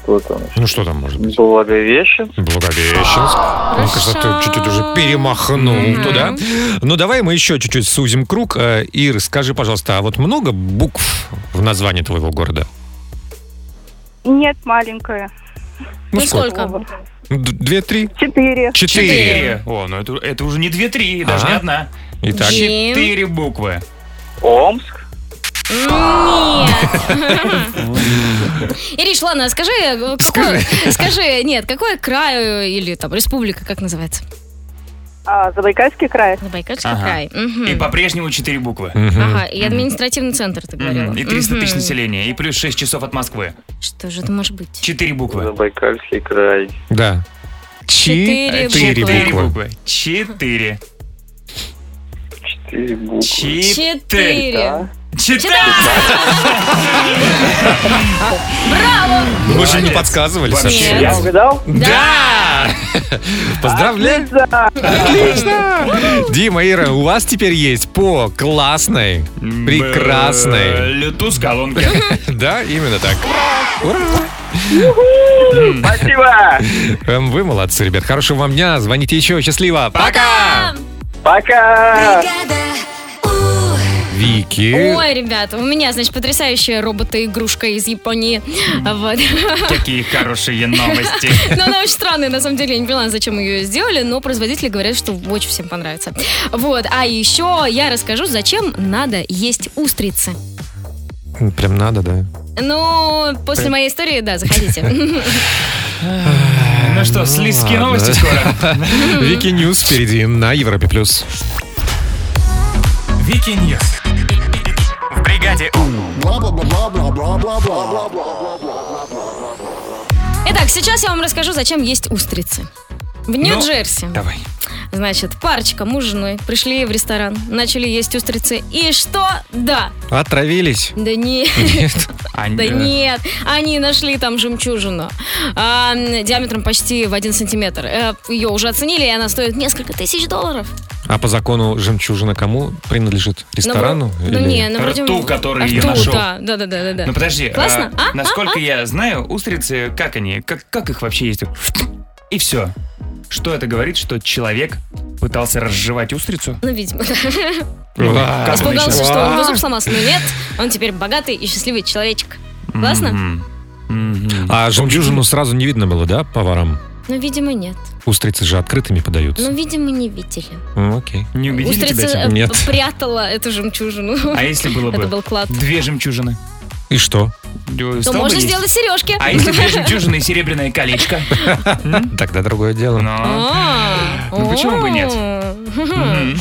Speaker 9: Что там?
Speaker 3: ну что там может быть?
Speaker 9: Благовещен.
Speaker 3: Благовещенск. Ну, кажется, ты чуть-чуть уже перемахнул туда. Ну, давай мы еще чуть-чуть сузим круг. Э, Ир, скажи, пожалуйста, а вот много букв в названии твоего города?
Speaker 25: Нет, маленькое.
Speaker 3: Ну, сколько? Две-три?
Speaker 17: Четыре.
Speaker 4: Четыре. О, ну это, это уже не две-три, даже не
Speaker 3: Ага.
Speaker 4: одна.
Speaker 3: Итак.
Speaker 4: Четыре буквы.
Speaker 9: Омск.
Speaker 5: Ириш, ладно, скажи, э, какой- скажи, нет, какой край э, или там республика, как называется?
Speaker 17: Забайкальский край.
Speaker 5: Забайкальский
Speaker 4: Ага.
Speaker 5: край. мгм.
Speaker 4: И по-прежнему четыре буквы.
Speaker 5: Ага, и административный центр, ты говорила.
Speaker 4: Мгм. И 300 тысяч
Speaker 5: Мгм.
Speaker 4: населения, и плюс 6 часов от Москвы.
Speaker 5: Что же это может быть?
Speaker 4: Четыре буквы.
Speaker 9: Забайкальский край.
Speaker 3: Да. э,
Speaker 5: Четыре
Speaker 4: Четыре
Speaker 5: буквы.
Speaker 4: буквы. Четыре.
Speaker 9: Четыре буквы.
Speaker 5: Четыре.
Speaker 4: Четыре.
Speaker 5: Браво!
Speaker 3: Мы же не подсказывали
Speaker 9: Вообще.
Speaker 3: совсем.
Speaker 9: Я угадал?
Speaker 3: Да! Поздравляю! Отлично! Дима, Ира, у вас теперь есть по классной, прекрасной...
Speaker 4: Лету с колонки.
Speaker 3: Да, именно так.
Speaker 9: Спасибо!
Speaker 3: Эм, Вы молодцы, ребят. Хорошего вам дня. Звоните еще. Счастливо. Пока!
Speaker 9: Пока!
Speaker 3: Вики.
Speaker 5: Ой, ребята, у меня, значит, потрясающая робота-игрушка из Японии. Вот.
Speaker 4: Какие хорошие новости.
Speaker 5: Но она очень странная, на самом деле, я не поняла, зачем ее сделали, но производители говорят, что очень всем понравится. Вот, а еще я расскажу, зачем надо есть устрицы.
Speaker 3: Прям надо, да?
Speaker 5: Ну, после моей истории, да, заходите.
Speaker 3: Э,
Speaker 4: Ну что, слизкие новости скоро.
Speaker 3: Вики Ньюс впереди на Европе+. плюс.
Speaker 8: Вики Ньюс. В бригаде
Speaker 5: Итак, сейчас я вам расскажу, зачем есть устрицы. В Нью-Джерси.
Speaker 4: Давай.
Speaker 5: Значит, парочка, муж с женой, пришли в ресторан, начали есть устрицы. И что? Да.
Speaker 3: Отравились?
Speaker 5: Да не.
Speaker 3: Нет.
Speaker 4: А,
Speaker 5: Да
Speaker 4: э,
Speaker 5: нет, они нашли там жемчужину а, м, диаметром почти в один сантиметр. Э, Ее уже оценили, и она стоит несколько тысяч долларов.
Speaker 3: А по закону жемчужина кому принадлежит? Ресторану?
Speaker 5: Ну, ну,
Speaker 3: или-
Speaker 5: не, ну, вроде-
Speaker 4: Рту, который я
Speaker 5: Рту,
Speaker 4: нашел.
Speaker 5: Да, да, да, да, да.
Speaker 4: Ну подожди,
Speaker 5: Классно?
Speaker 4: а,
Speaker 5: А?
Speaker 4: насколько я знаю, устрицы, как они, как, как их вообще есть? И все. Что это говорит, что человек пытался разжевать устрицу?
Speaker 5: Ну, видимо.
Speaker 3: Ну,
Speaker 4: Ва. Как
Speaker 5: ну, Испугался,
Speaker 4: обычно.
Speaker 5: что он
Speaker 4: Ва.
Speaker 5: его зуб сломался, но нет. Он теперь богатый и счастливый человечек. Классно?
Speaker 3: Мгм. А жемчужину сразу не видно было, да, поварам?
Speaker 5: Ну, видимо, нет.
Speaker 3: Устрицы же открытыми подаются.
Speaker 5: Ну, видимо, не видели.
Speaker 3: М, Окей.
Speaker 4: Не
Speaker 5: Устрица э,
Speaker 3: Нет.
Speaker 5: прятала эту жемчужину.
Speaker 4: А если было бы
Speaker 5: Это был клад.
Speaker 4: две жемчужины?
Speaker 3: И что?
Speaker 5: То можно сделать сережки.
Speaker 4: А если две жемчужины и серебряное колечко?
Speaker 3: Тогда другое дело.
Speaker 5: А,
Speaker 4: Ну, почему бы нет?
Speaker 5: Мгм.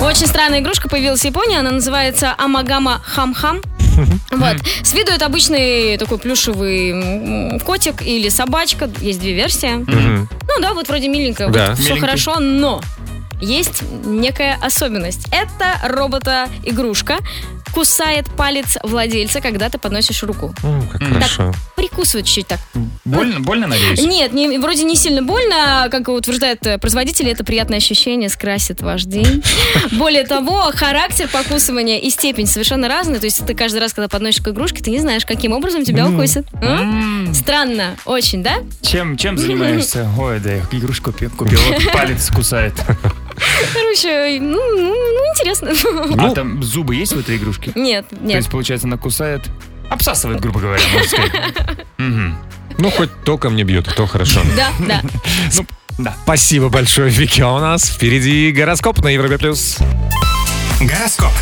Speaker 5: Очень странная игрушка появилась в Японии. Она называется Амагама Хам-Хам. Вот. С виду это обычный такой плюшевый м, котик или собачка. Есть две версии.
Speaker 3: Мгм.
Speaker 5: Ну да, вот вроде миленько,
Speaker 3: Да.
Speaker 5: все
Speaker 3: Миленький.
Speaker 5: хорошо, но есть некая особенность. Это робота-игрушка кусает палец владельца, когда ты подносишь руку.
Speaker 3: М, Как
Speaker 4: М.
Speaker 3: хорошо.
Speaker 5: Прикусывает чуть-чуть так.
Speaker 4: Больно, больно, надеюсь?
Speaker 5: Нет, не- вроде не сильно больно, как утверждают э, производители, это приятное ощущение, скрасит ваш день. Более того, характер покусывания и степень совершенно разные, то есть ты каждый раз, когда подносишь к игрушке, ты не знаешь, каким образом тебя
Speaker 4: М.
Speaker 5: укусят. А? Странно, очень, да?
Speaker 4: Чем, чем занимаешься? Ой, да я игрушку пи- купил, вот палец кусает.
Speaker 5: Короче, ну, ну, ну, интересно.
Speaker 4: А там зубы есть в этой игрушке?
Speaker 5: Нет,
Speaker 4: То
Speaker 5: нет.
Speaker 4: есть, получается, она кусает, обсасывает, грубо говоря, можно сказать. Мгм.
Speaker 3: Ну, хоть током не бьет, то хорошо.
Speaker 5: Да, да.
Speaker 3: Спасибо большое, Вики. А у нас впереди гороскоп на Европе+. плюс.
Speaker 8: Гороскоп.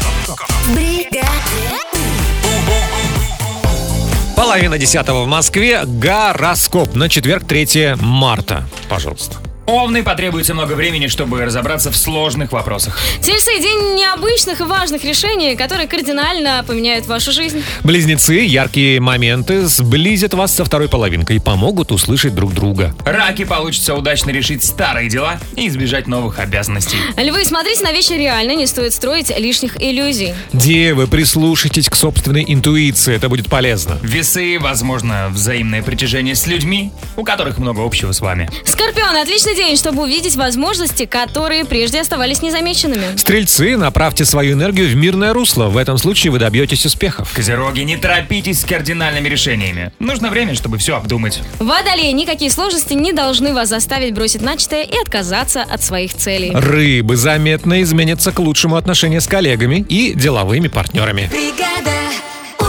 Speaker 3: Половина десятого в Москве. Гороскоп на четверг, 3 марта. Пожалуйста.
Speaker 4: Овны потребуется много времени, чтобы разобраться в сложных вопросах.
Speaker 5: Тельцы – день необычных и важных решений, которые кардинально поменяют вашу жизнь.
Speaker 3: Близнецы, яркие моменты сблизят вас со второй половинкой и помогут услышать друг друга.
Speaker 4: Раки получится удачно решить старые дела и избежать новых обязанностей.
Speaker 5: Львы, смотрите на вещи реально, не стоит строить лишних иллюзий.
Speaker 3: Девы, прислушайтесь к собственной интуиции, это будет полезно.
Speaker 4: Весы, возможно, взаимное притяжение с людьми, у которых много общего с вами.
Speaker 5: Скорпион, отличный день, чтобы увидеть возможности, которые прежде оставались незамеченными.
Speaker 3: Стрельцы, направьте свою энергию в мирное русло, в этом случае вы добьетесь успехов.
Speaker 4: Козероги, не торопитесь с кардинальными решениями. Нужно время, чтобы все обдумать.
Speaker 5: Водолей, никакие сложности не должны вас заставить бросить начатое и отказаться от своих
Speaker 3: А,
Speaker 5: целей.
Speaker 3: Рыбы заметно изменятся к лучшему отношения с коллегами и деловыми партнерами.
Speaker 2: Бригада У.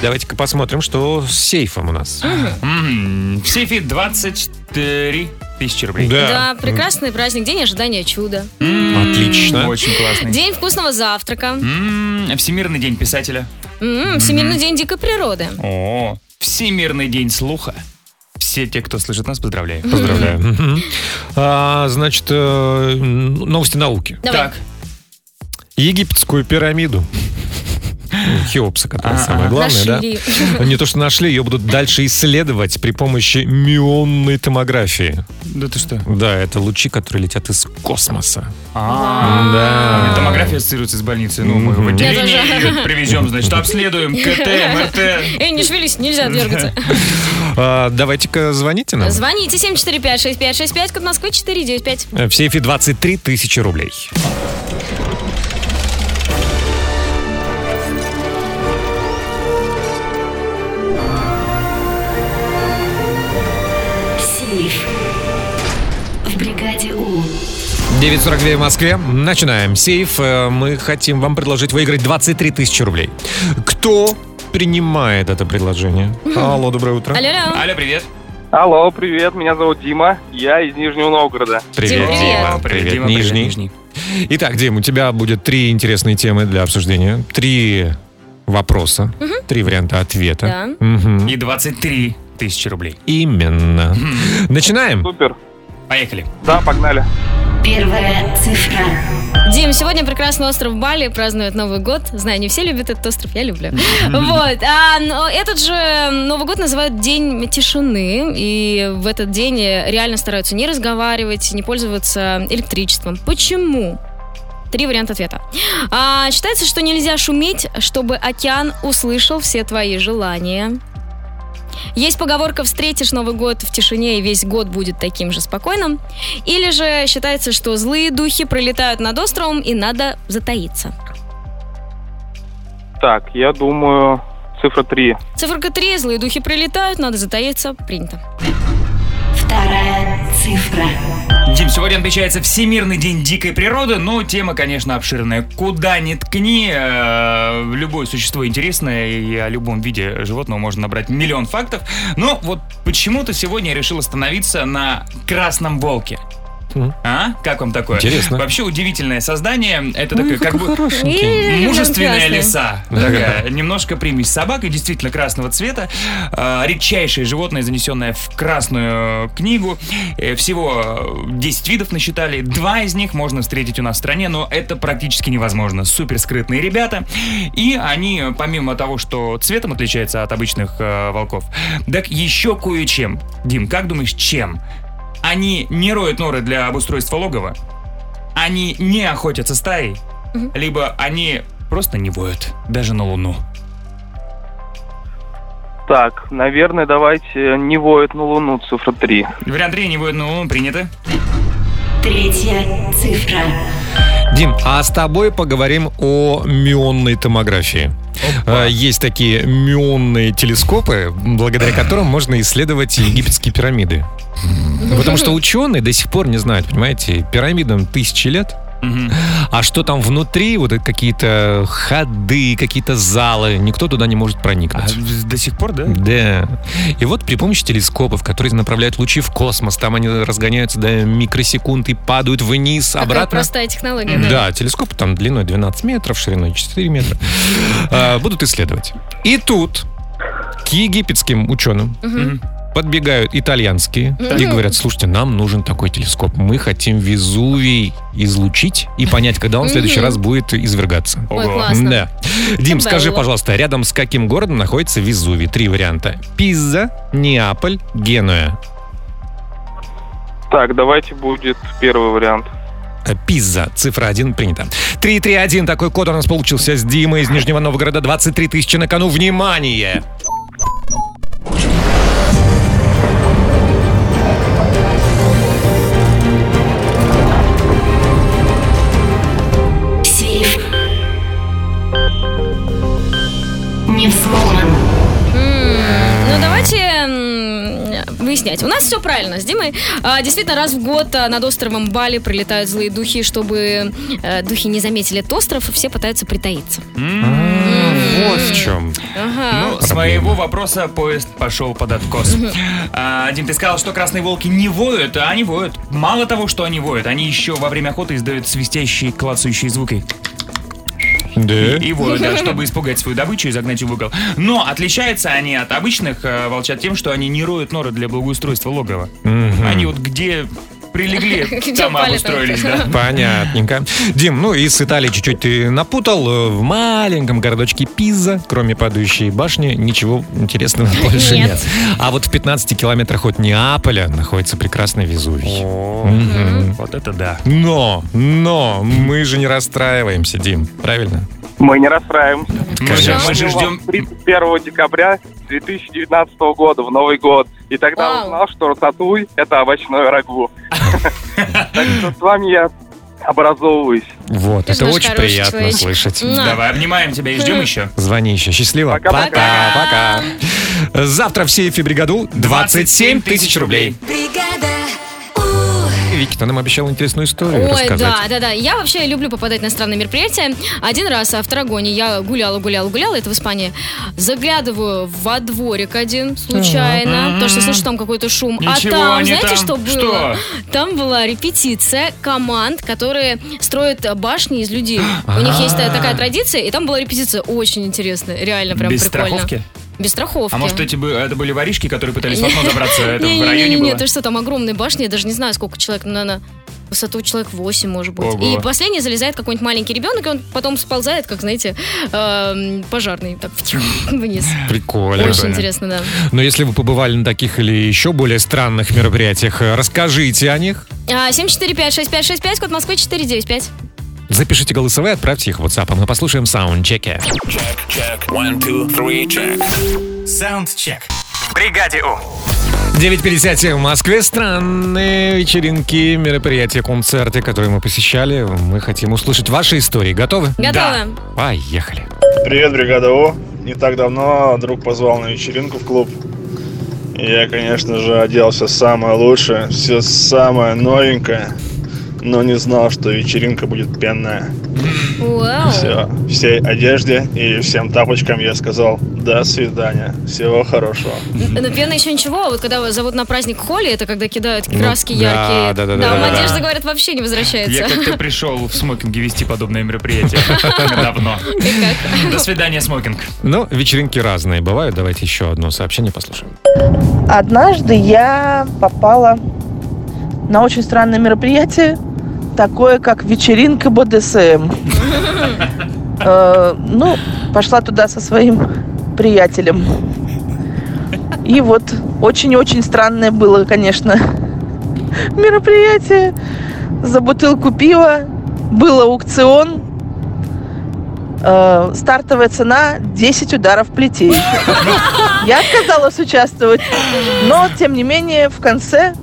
Speaker 3: Давайте-ка посмотрим, что с сейфом у нас.
Speaker 4: А, Мгм. В сейфе 23 тысячи рублей.
Speaker 5: Да, прекрасный праздник, день ожидания чуда.
Speaker 4: Отлично. Очень классный.
Speaker 5: День вкусного завтрака.
Speaker 4: М, Всемирный день писателя.
Speaker 5: М, Всемирный день дикой природы.
Speaker 4: О, Всемирный день слуха. Все те, кто слышит нас, поздравляю.
Speaker 3: Поздравляю. Мгм. А, значит, э, новости науки.
Speaker 5: Давай.
Speaker 3: Египетскую пирамиду. Ну, Хеопса, которая
Speaker 4: А-а.
Speaker 3: самое главное,
Speaker 4: А, Нашли.
Speaker 3: да? Не то, что нашли, ее будут дальше исследовать при помощи мионной томографии.
Speaker 4: Да ты что?
Speaker 3: Да, это лучи, которые летят из космоса.
Speaker 4: А,
Speaker 3: Да.
Speaker 4: Томография ассоциируется с больницей. Ну, мы в отделение
Speaker 5: Я тоже.
Speaker 4: ее привезем, значит, обследуем КТ, МРТ.
Speaker 5: Эй, не шевелись, нельзя дергаться.
Speaker 3: А, Давайте-ка звоните нам.
Speaker 5: Звоните 745-6565, код Москвы 495.
Speaker 3: Э, В сейфе 23 тысячи рублей.
Speaker 2: Сейф. В бригаде У.
Speaker 3: 9.42 в Москве. Начинаем. Сейф. Э, Мы хотим вам предложить выиграть 23 тысячи рублей. Кто принимает это предложение? Алло, доброе утро.
Speaker 5: Алло.
Speaker 4: Алло, привет.
Speaker 9: Алло, привет, меня зовут Дима, я из Нижнего Новгорода.
Speaker 3: Привет, Дима. Привет, Нижний. Итак, Дим, у тебя будет три интересные темы для обсуждения. Три вопроса. Три варианта ответа. Мгм.
Speaker 4: И 23 тысячи рублей.
Speaker 3: Именно. Начинаем?
Speaker 9: Супер.
Speaker 4: Поехали.
Speaker 9: Да, погнали.
Speaker 5: Первая цифра.
Speaker 3: А.
Speaker 5: Дим, сегодня прекрасный остров Бали празднует Новый год. Знаю, не все любят этот остров, я люблю. Вот. А, но этот же Новый год называют День тишины. И в этот день реально стараются не разговаривать, не пользоваться электричеством. Почему? Три варианта ответа. А, считается, что нельзя шуметь, чтобы океан услышал все твои желания. Есть поговорка «встретишь Новый год в тишине, и весь год будет таким же спокойным». Или же считается, что злые духи пролетают над островом, и надо затаиться.
Speaker 9: Так, я думаю, цифра 3.
Speaker 5: Циферка 3. Злые духи прилетают, надо затаиться. Принято.
Speaker 2: Вторая цифра.
Speaker 4: Дим, сегодня отмечается Всемирный день дикой природы, но тема, конечно, обширная. Куда ни ткни, э, любое существо интересное, и о любом виде животного можно набрать миллион фактов. Но вот почему-то сегодня я решил остановиться на красном волке.
Speaker 3: Мгм.
Speaker 4: А? Как вам такое?
Speaker 3: Интересно.
Speaker 4: Вообще удивительное создание. Это такое как бы
Speaker 3: хорошенький.
Speaker 4: мужественная
Speaker 3: Классный.
Speaker 4: лиса.
Speaker 3: Да.
Speaker 4: Такая, немножко примесь собак и действительно красного цвета. Э, Редчайшее животное, занесенное в красную книгу. Э, Всего э, 10 видов насчитали. Два из них можно встретить у нас в стране, но это практически невозможно. Супер скрытные ребята. И они, э, помимо того, что цветом отличаются от обычных э, волков, так еще кое-чем. Дим, как думаешь, чем? Они не роют норы для обустройства логова, они не охотятся стаей, либо они просто не воют, даже на Луну.
Speaker 9: Так, наверное, давайте не воет на Луну, цифра 3.
Speaker 4: Вариант 3 не воют на Луну принято.
Speaker 2: Третья цифра.
Speaker 3: Дим, а с тобой поговорим о мионной томографии. А, Есть такие мионные телескопы, благодаря которым можно исследовать египетские пирамиды. Потому что ученые до сих пор не знают, понимаете, пирамидам тысячи лет. А что там внутри, вот это какие-то ходы, какие-то залы, никто туда не может проникнуть.
Speaker 4: А до сих пор, да?
Speaker 3: Да. И вот при помощи телескопов, которые направляют лучи в космос, там они разгоняются до микросекунд и падают вниз,
Speaker 5: Такая
Speaker 3: обратно.
Speaker 5: простая технология.
Speaker 3: Да, телескоп там длиной 12 метров, шириной 4 метра. А, Будут исследовать. И тут к египетским ученым
Speaker 5: Мгм.
Speaker 3: подбегают итальянские
Speaker 5: Так.
Speaker 3: и говорят, слушайте, нам нужен такой телескоп. Мы хотим Везувий излучить и понять, когда он в следующий
Speaker 5: Мгм.
Speaker 3: раз будет извергаться.
Speaker 5: Ой, Ого. классно.
Speaker 3: Да. Дим, скажи,
Speaker 5: Белла.
Speaker 3: пожалуйста, рядом с каким городом находится Везувий? Три варианта. Пиза, Неаполь, Генуя.
Speaker 9: Так, давайте будет первый вариант.
Speaker 3: Э, Пизза. Цифра 1 принята. 331. Такой код у нас получился с Димой из Нижнего Новгорода. 23 тысячи на кону. Внимание!
Speaker 2: Сейф. Не взломан.
Speaker 5: Ну, давайте м, выяснять. У нас все правильно с Димой. А, действительно, раз в год а, над островом Бали прилетают злые духи, чтобы э, духи не заметили этот остров, все пытаются притаиться.
Speaker 3: Вот в чем.
Speaker 4: Ну,
Speaker 5: Ага.
Speaker 4: с моего вопроса поезд пошел под откос. А, Дим, ты сказал, что красные волки не воют, а они воют. Мало того, что они воют, они еще во время охоты издают свистящие, клацающие звуки.
Speaker 3: Да.
Speaker 4: И воют, да, чтобы испугать свою добычу и загнать ее в угол. Но отличаются они от обычных э, волчат тем, что они не роют норы для благоустройства логова.
Speaker 3: Мгм.
Speaker 4: Они вот где прилегли,
Speaker 5: Где
Speaker 4: там и
Speaker 5: упали,
Speaker 4: обустроились,
Speaker 5: там.
Speaker 4: да.
Speaker 3: Понятненько. Дим, ну и с Италией чуть-чуть ты напутал. Э, В маленьком городочке Пиза, кроме падающей башни, ничего интересного больше нет.
Speaker 5: Нет.
Speaker 3: А вот в 15 километрах от Неаполя находится прекрасный Везувий. Мгм.
Speaker 4: Вот это да.
Speaker 3: Но, но, мы же не расстраиваемся, Дим, правильно?
Speaker 9: Мы не расстраиваемся.
Speaker 3: Мы же- мы же
Speaker 4: ждем
Speaker 9: 31 декабря 2019 года, в Новый год. И тогда узнал, что рататуй – это овощное рагу. Так что с вами я образовываюсь.
Speaker 3: Вот,
Speaker 9: Ты же
Speaker 3: это
Speaker 9: наш
Speaker 3: очень
Speaker 9: хороший
Speaker 3: приятно
Speaker 9: человечек.
Speaker 3: слышать.
Speaker 9: На. Давай,
Speaker 4: обнимаем тебя и ждем еще.
Speaker 3: Звони еще. Счастливо.
Speaker 4: Пока-пока.
Speaker 3: Пока. Завтра в сейфе бригаду 27 тысяч рублей.
Speaker 5: Бригада.
Speaker 3: Вики, ты нам обещал интересную
Speaker 4: Ну,
Speaker 3: историю
Speaker 5: Ой,
Speaker 3: рассказать.
Speaker 5: да, да, да. Я вообще люблю попадать на странные мероприятия. Один раз а в Тарагоне я гуляла, гуляла, гуляла, это в Испании. Заглядываю во дворик один случайно,
Speaker 15: Ага.
Speaker 5: потому что слышу там какой-то шум. А
Speaker 15: Ничего,
Speaker 5: там,
Speaker 15: они
Speaker 5: знаете,
Speaker 15: там.
Speaker 5: что было?
Speaker 15: Что?
Speaker 5: Там была репетиция команд, которые строят э, башни из людей. У них есть э, такая
Speaker 4: А.
Speaker 5: традиция, и там была репетиция очень интересная, реально прям
Speaker 4: Без
Speaker 5: прикольно.
Speaker 4: страховки?
Speaker 5: Без страховки.
Speaker 4: А может, эти бы- это были воришки, которые пытались в окно забраться? Это
Speaker 5: Не-
Speaker 4: в районе
Speaker 5: не-не-не,
Speaker 4: было?
Speaker 5: ты что, там огромные башни, я даже не знаю, сколько человек, ну, наверное, высоту человек 8, может быть.
Speaker 4: Ого.
Speaker 5: И последний залезает какой-нибудь маленький ребенок, и он потом сползает, как, знаете, эм, пожарный, так вниз.
Speaker 3: Прикольно.
Speaker 5: Очень интересно, да.
Speaker 3: Но если вы побывали на таких или еще более странных мероприятиях, э, расскажите о них.
Speaker 5: А, 745-6565, код Москвы 495.
Speaker 3: Запишите голосовые, отправьте их WhatsApp. а Мы послушаем саундчеки.
Speaker 1: Check. One, two, three, check.
Speaker 8: Саундчек. В бригаде У.
Speaker 3: 9.57 в Москве. Странные вечеринки, мероприятия, концерты, которые мы посещали. Мы хотим услышать ваши истории. Готовы?
Speaker 5: Готовы.
Speaker 3: Да. Поехали.
Speaker 6: Привет, бригада О. Не так давно друг позвал на вечеринку в клуб. Я, конечно же, оделся самое лучшее, все самое новенькое, но не знал, что вечеринка будет пенная.
Speaker 5: Вау.
Speaker 6: Все, всей одежде и всем тапочкам я сказал «до свидания, всего хорошего».
Speaker 5: Но пена еще ничего, а вот когда вас зовут на праздник Холли, это когда кидают краски
Speaker 6: да,
Speaker 5: яркие.
Speaker 6: да, да, да,
Speaker 5: Там
Speaker 6: да, да.
Speaker 5: одежда, говорят, вообще не возвращается.
Speaker 4: Я как-то пришел в смокинге вести подобное мероприятие давно. До свидания, смокинг.
Speaker 3: Ну, вечеринки разные бывают. Давайте еще одно сообщение послушаем.
Speaker 10: Однажды я попала на очень странное мероприятие, такое как вечеринка БДСМ. Э, Ну, пошла туда со своим приятелем. И вот очень-очень странное было, конечно, мероприятие. За бутылку пива был аукцион. Э, Стартовая цена 10 ударов плетей. Я отказалась участвовать, но тем не менее в конце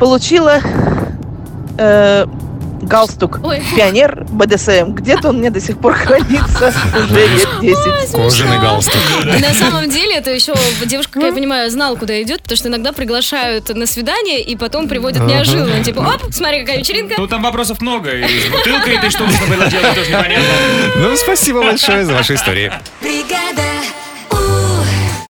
Speaker 10: получила э, галстук. Пионер БДСМ. Где-то он мне до сих пор хранится уже лет 10.
Speaker 3: Кожаный галстук.
Speaker 5: На самом деле, это еще девушка, как я понимаю, знала, куда идет, потому что иногда приглашают на свидание и потом приводят
Speaker 4: Ага.
Speaker 5: неожиданно. Типа, оп, смотри, какая вечеринка.
Speaker 4: Ну, там вопросов много, и с бутылкой ты что нужно было делать, тоже непонятно.
Speaker 3: Ну, спасибо большое за ваши истории.
Speaker 5: Бригада.